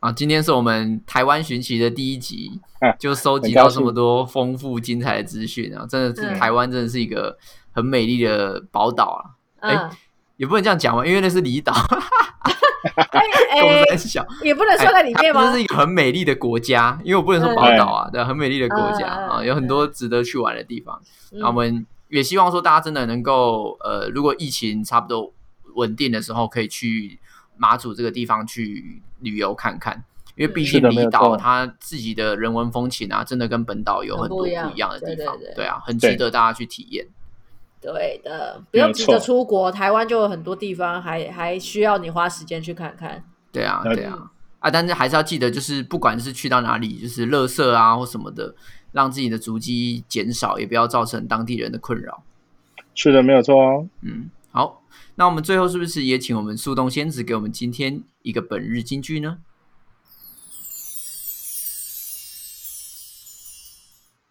啊，今天是我们台湾寻奇的第一集
啊，
就收集
很高
到
兴
这么多丰富精彩的资讯啊！真的是
嗯
台湾，真的是一个很美丽的宝岛啊，
嗯，
也不能这样讲嘛，因为那是离岛， *laughs*
哎
公
哎，
山小，
也不能算在里面
它
吗嗯
真的？哎啊是一个很美丽的国家，因为我不能说宝岛啊，对，很美丽的国家
嗯嗯
啊，
嗯
有很多值得去玩的地方。
嗯
那啊我们也希望说大家真的能够，呃，如果疫情差不多稳定的时候，可以去马祖这个地方去旅游看看，因为毕
是
竟
的没
离
有
岛
错
它自己的人文风情啊，真的跟本岛有
很
很多
不
不
一样
一样的地方
对对对，
对啊，很
对
值得大家去体验。
对的，不
没有
用急着
错
出国，台湾就有很多地方还还需要你花时间去看看。
对啊，
了
对啊，啊，但是还是要记得，就是不管是去到哪里，就是垃圾啊或什么的，让自己的足迹减少，也不要造成当地人的困扰。
是的，没有错哦。
嗯，好，那我们最后是不是也请我们速冻仙子给我们今天一个本日金句呢？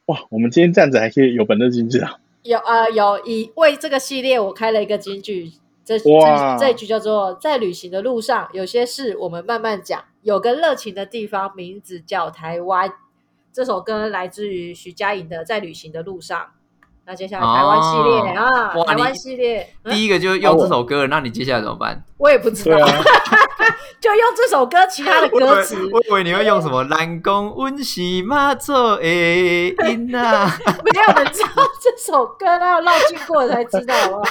哇，我们今天这样子还可以有本日金句啊！
有呃有以为这个系列我开了一个金句，这这
哇
这一句叫做在旅行的路上，有些事我们慢慢讲。有个热情的地方，名字叫台湾。这首歌来自于徐佳莹的《在旅行的路上》。那接下来台湾系列、
哦
啊，
哇
台湾
你
系列，嗯，
第一个就用这首歌了，那你接下来怎么办？
我也不知道，
*laughs* 对啊，
就用这首歌其他的
我以
歌
为
词。啊
我以为你会用什么“蓝公温喜马做诶音呐。
没有人知道这首歌，那要绕经过了才知道好不好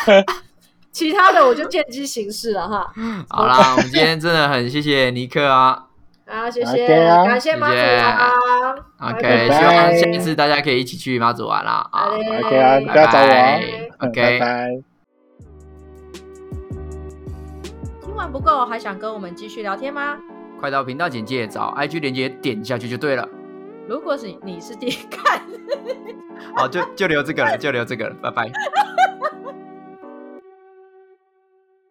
*laughs* 其他的我就见机行事了哈。”
*laughs* 好啦，我们今天真的很谢谢尼克啊。
啊，谢谢，
OK 啊
感谢马祖
谢谢
王。
OK，
拜
希
拜
望下一次大家可以一起去妈祖玩啦。
好
啊
嘞
OK 啊，大
拜
家找我啊。
拜
嗯
OK
拜拜。
听完不够，还想跟我们继续聊天吗？
快到频道简介找 IG 连接点下去就对了。
如果是你是第一看，
哦好，就就留这个了，就留这个了，拜拜。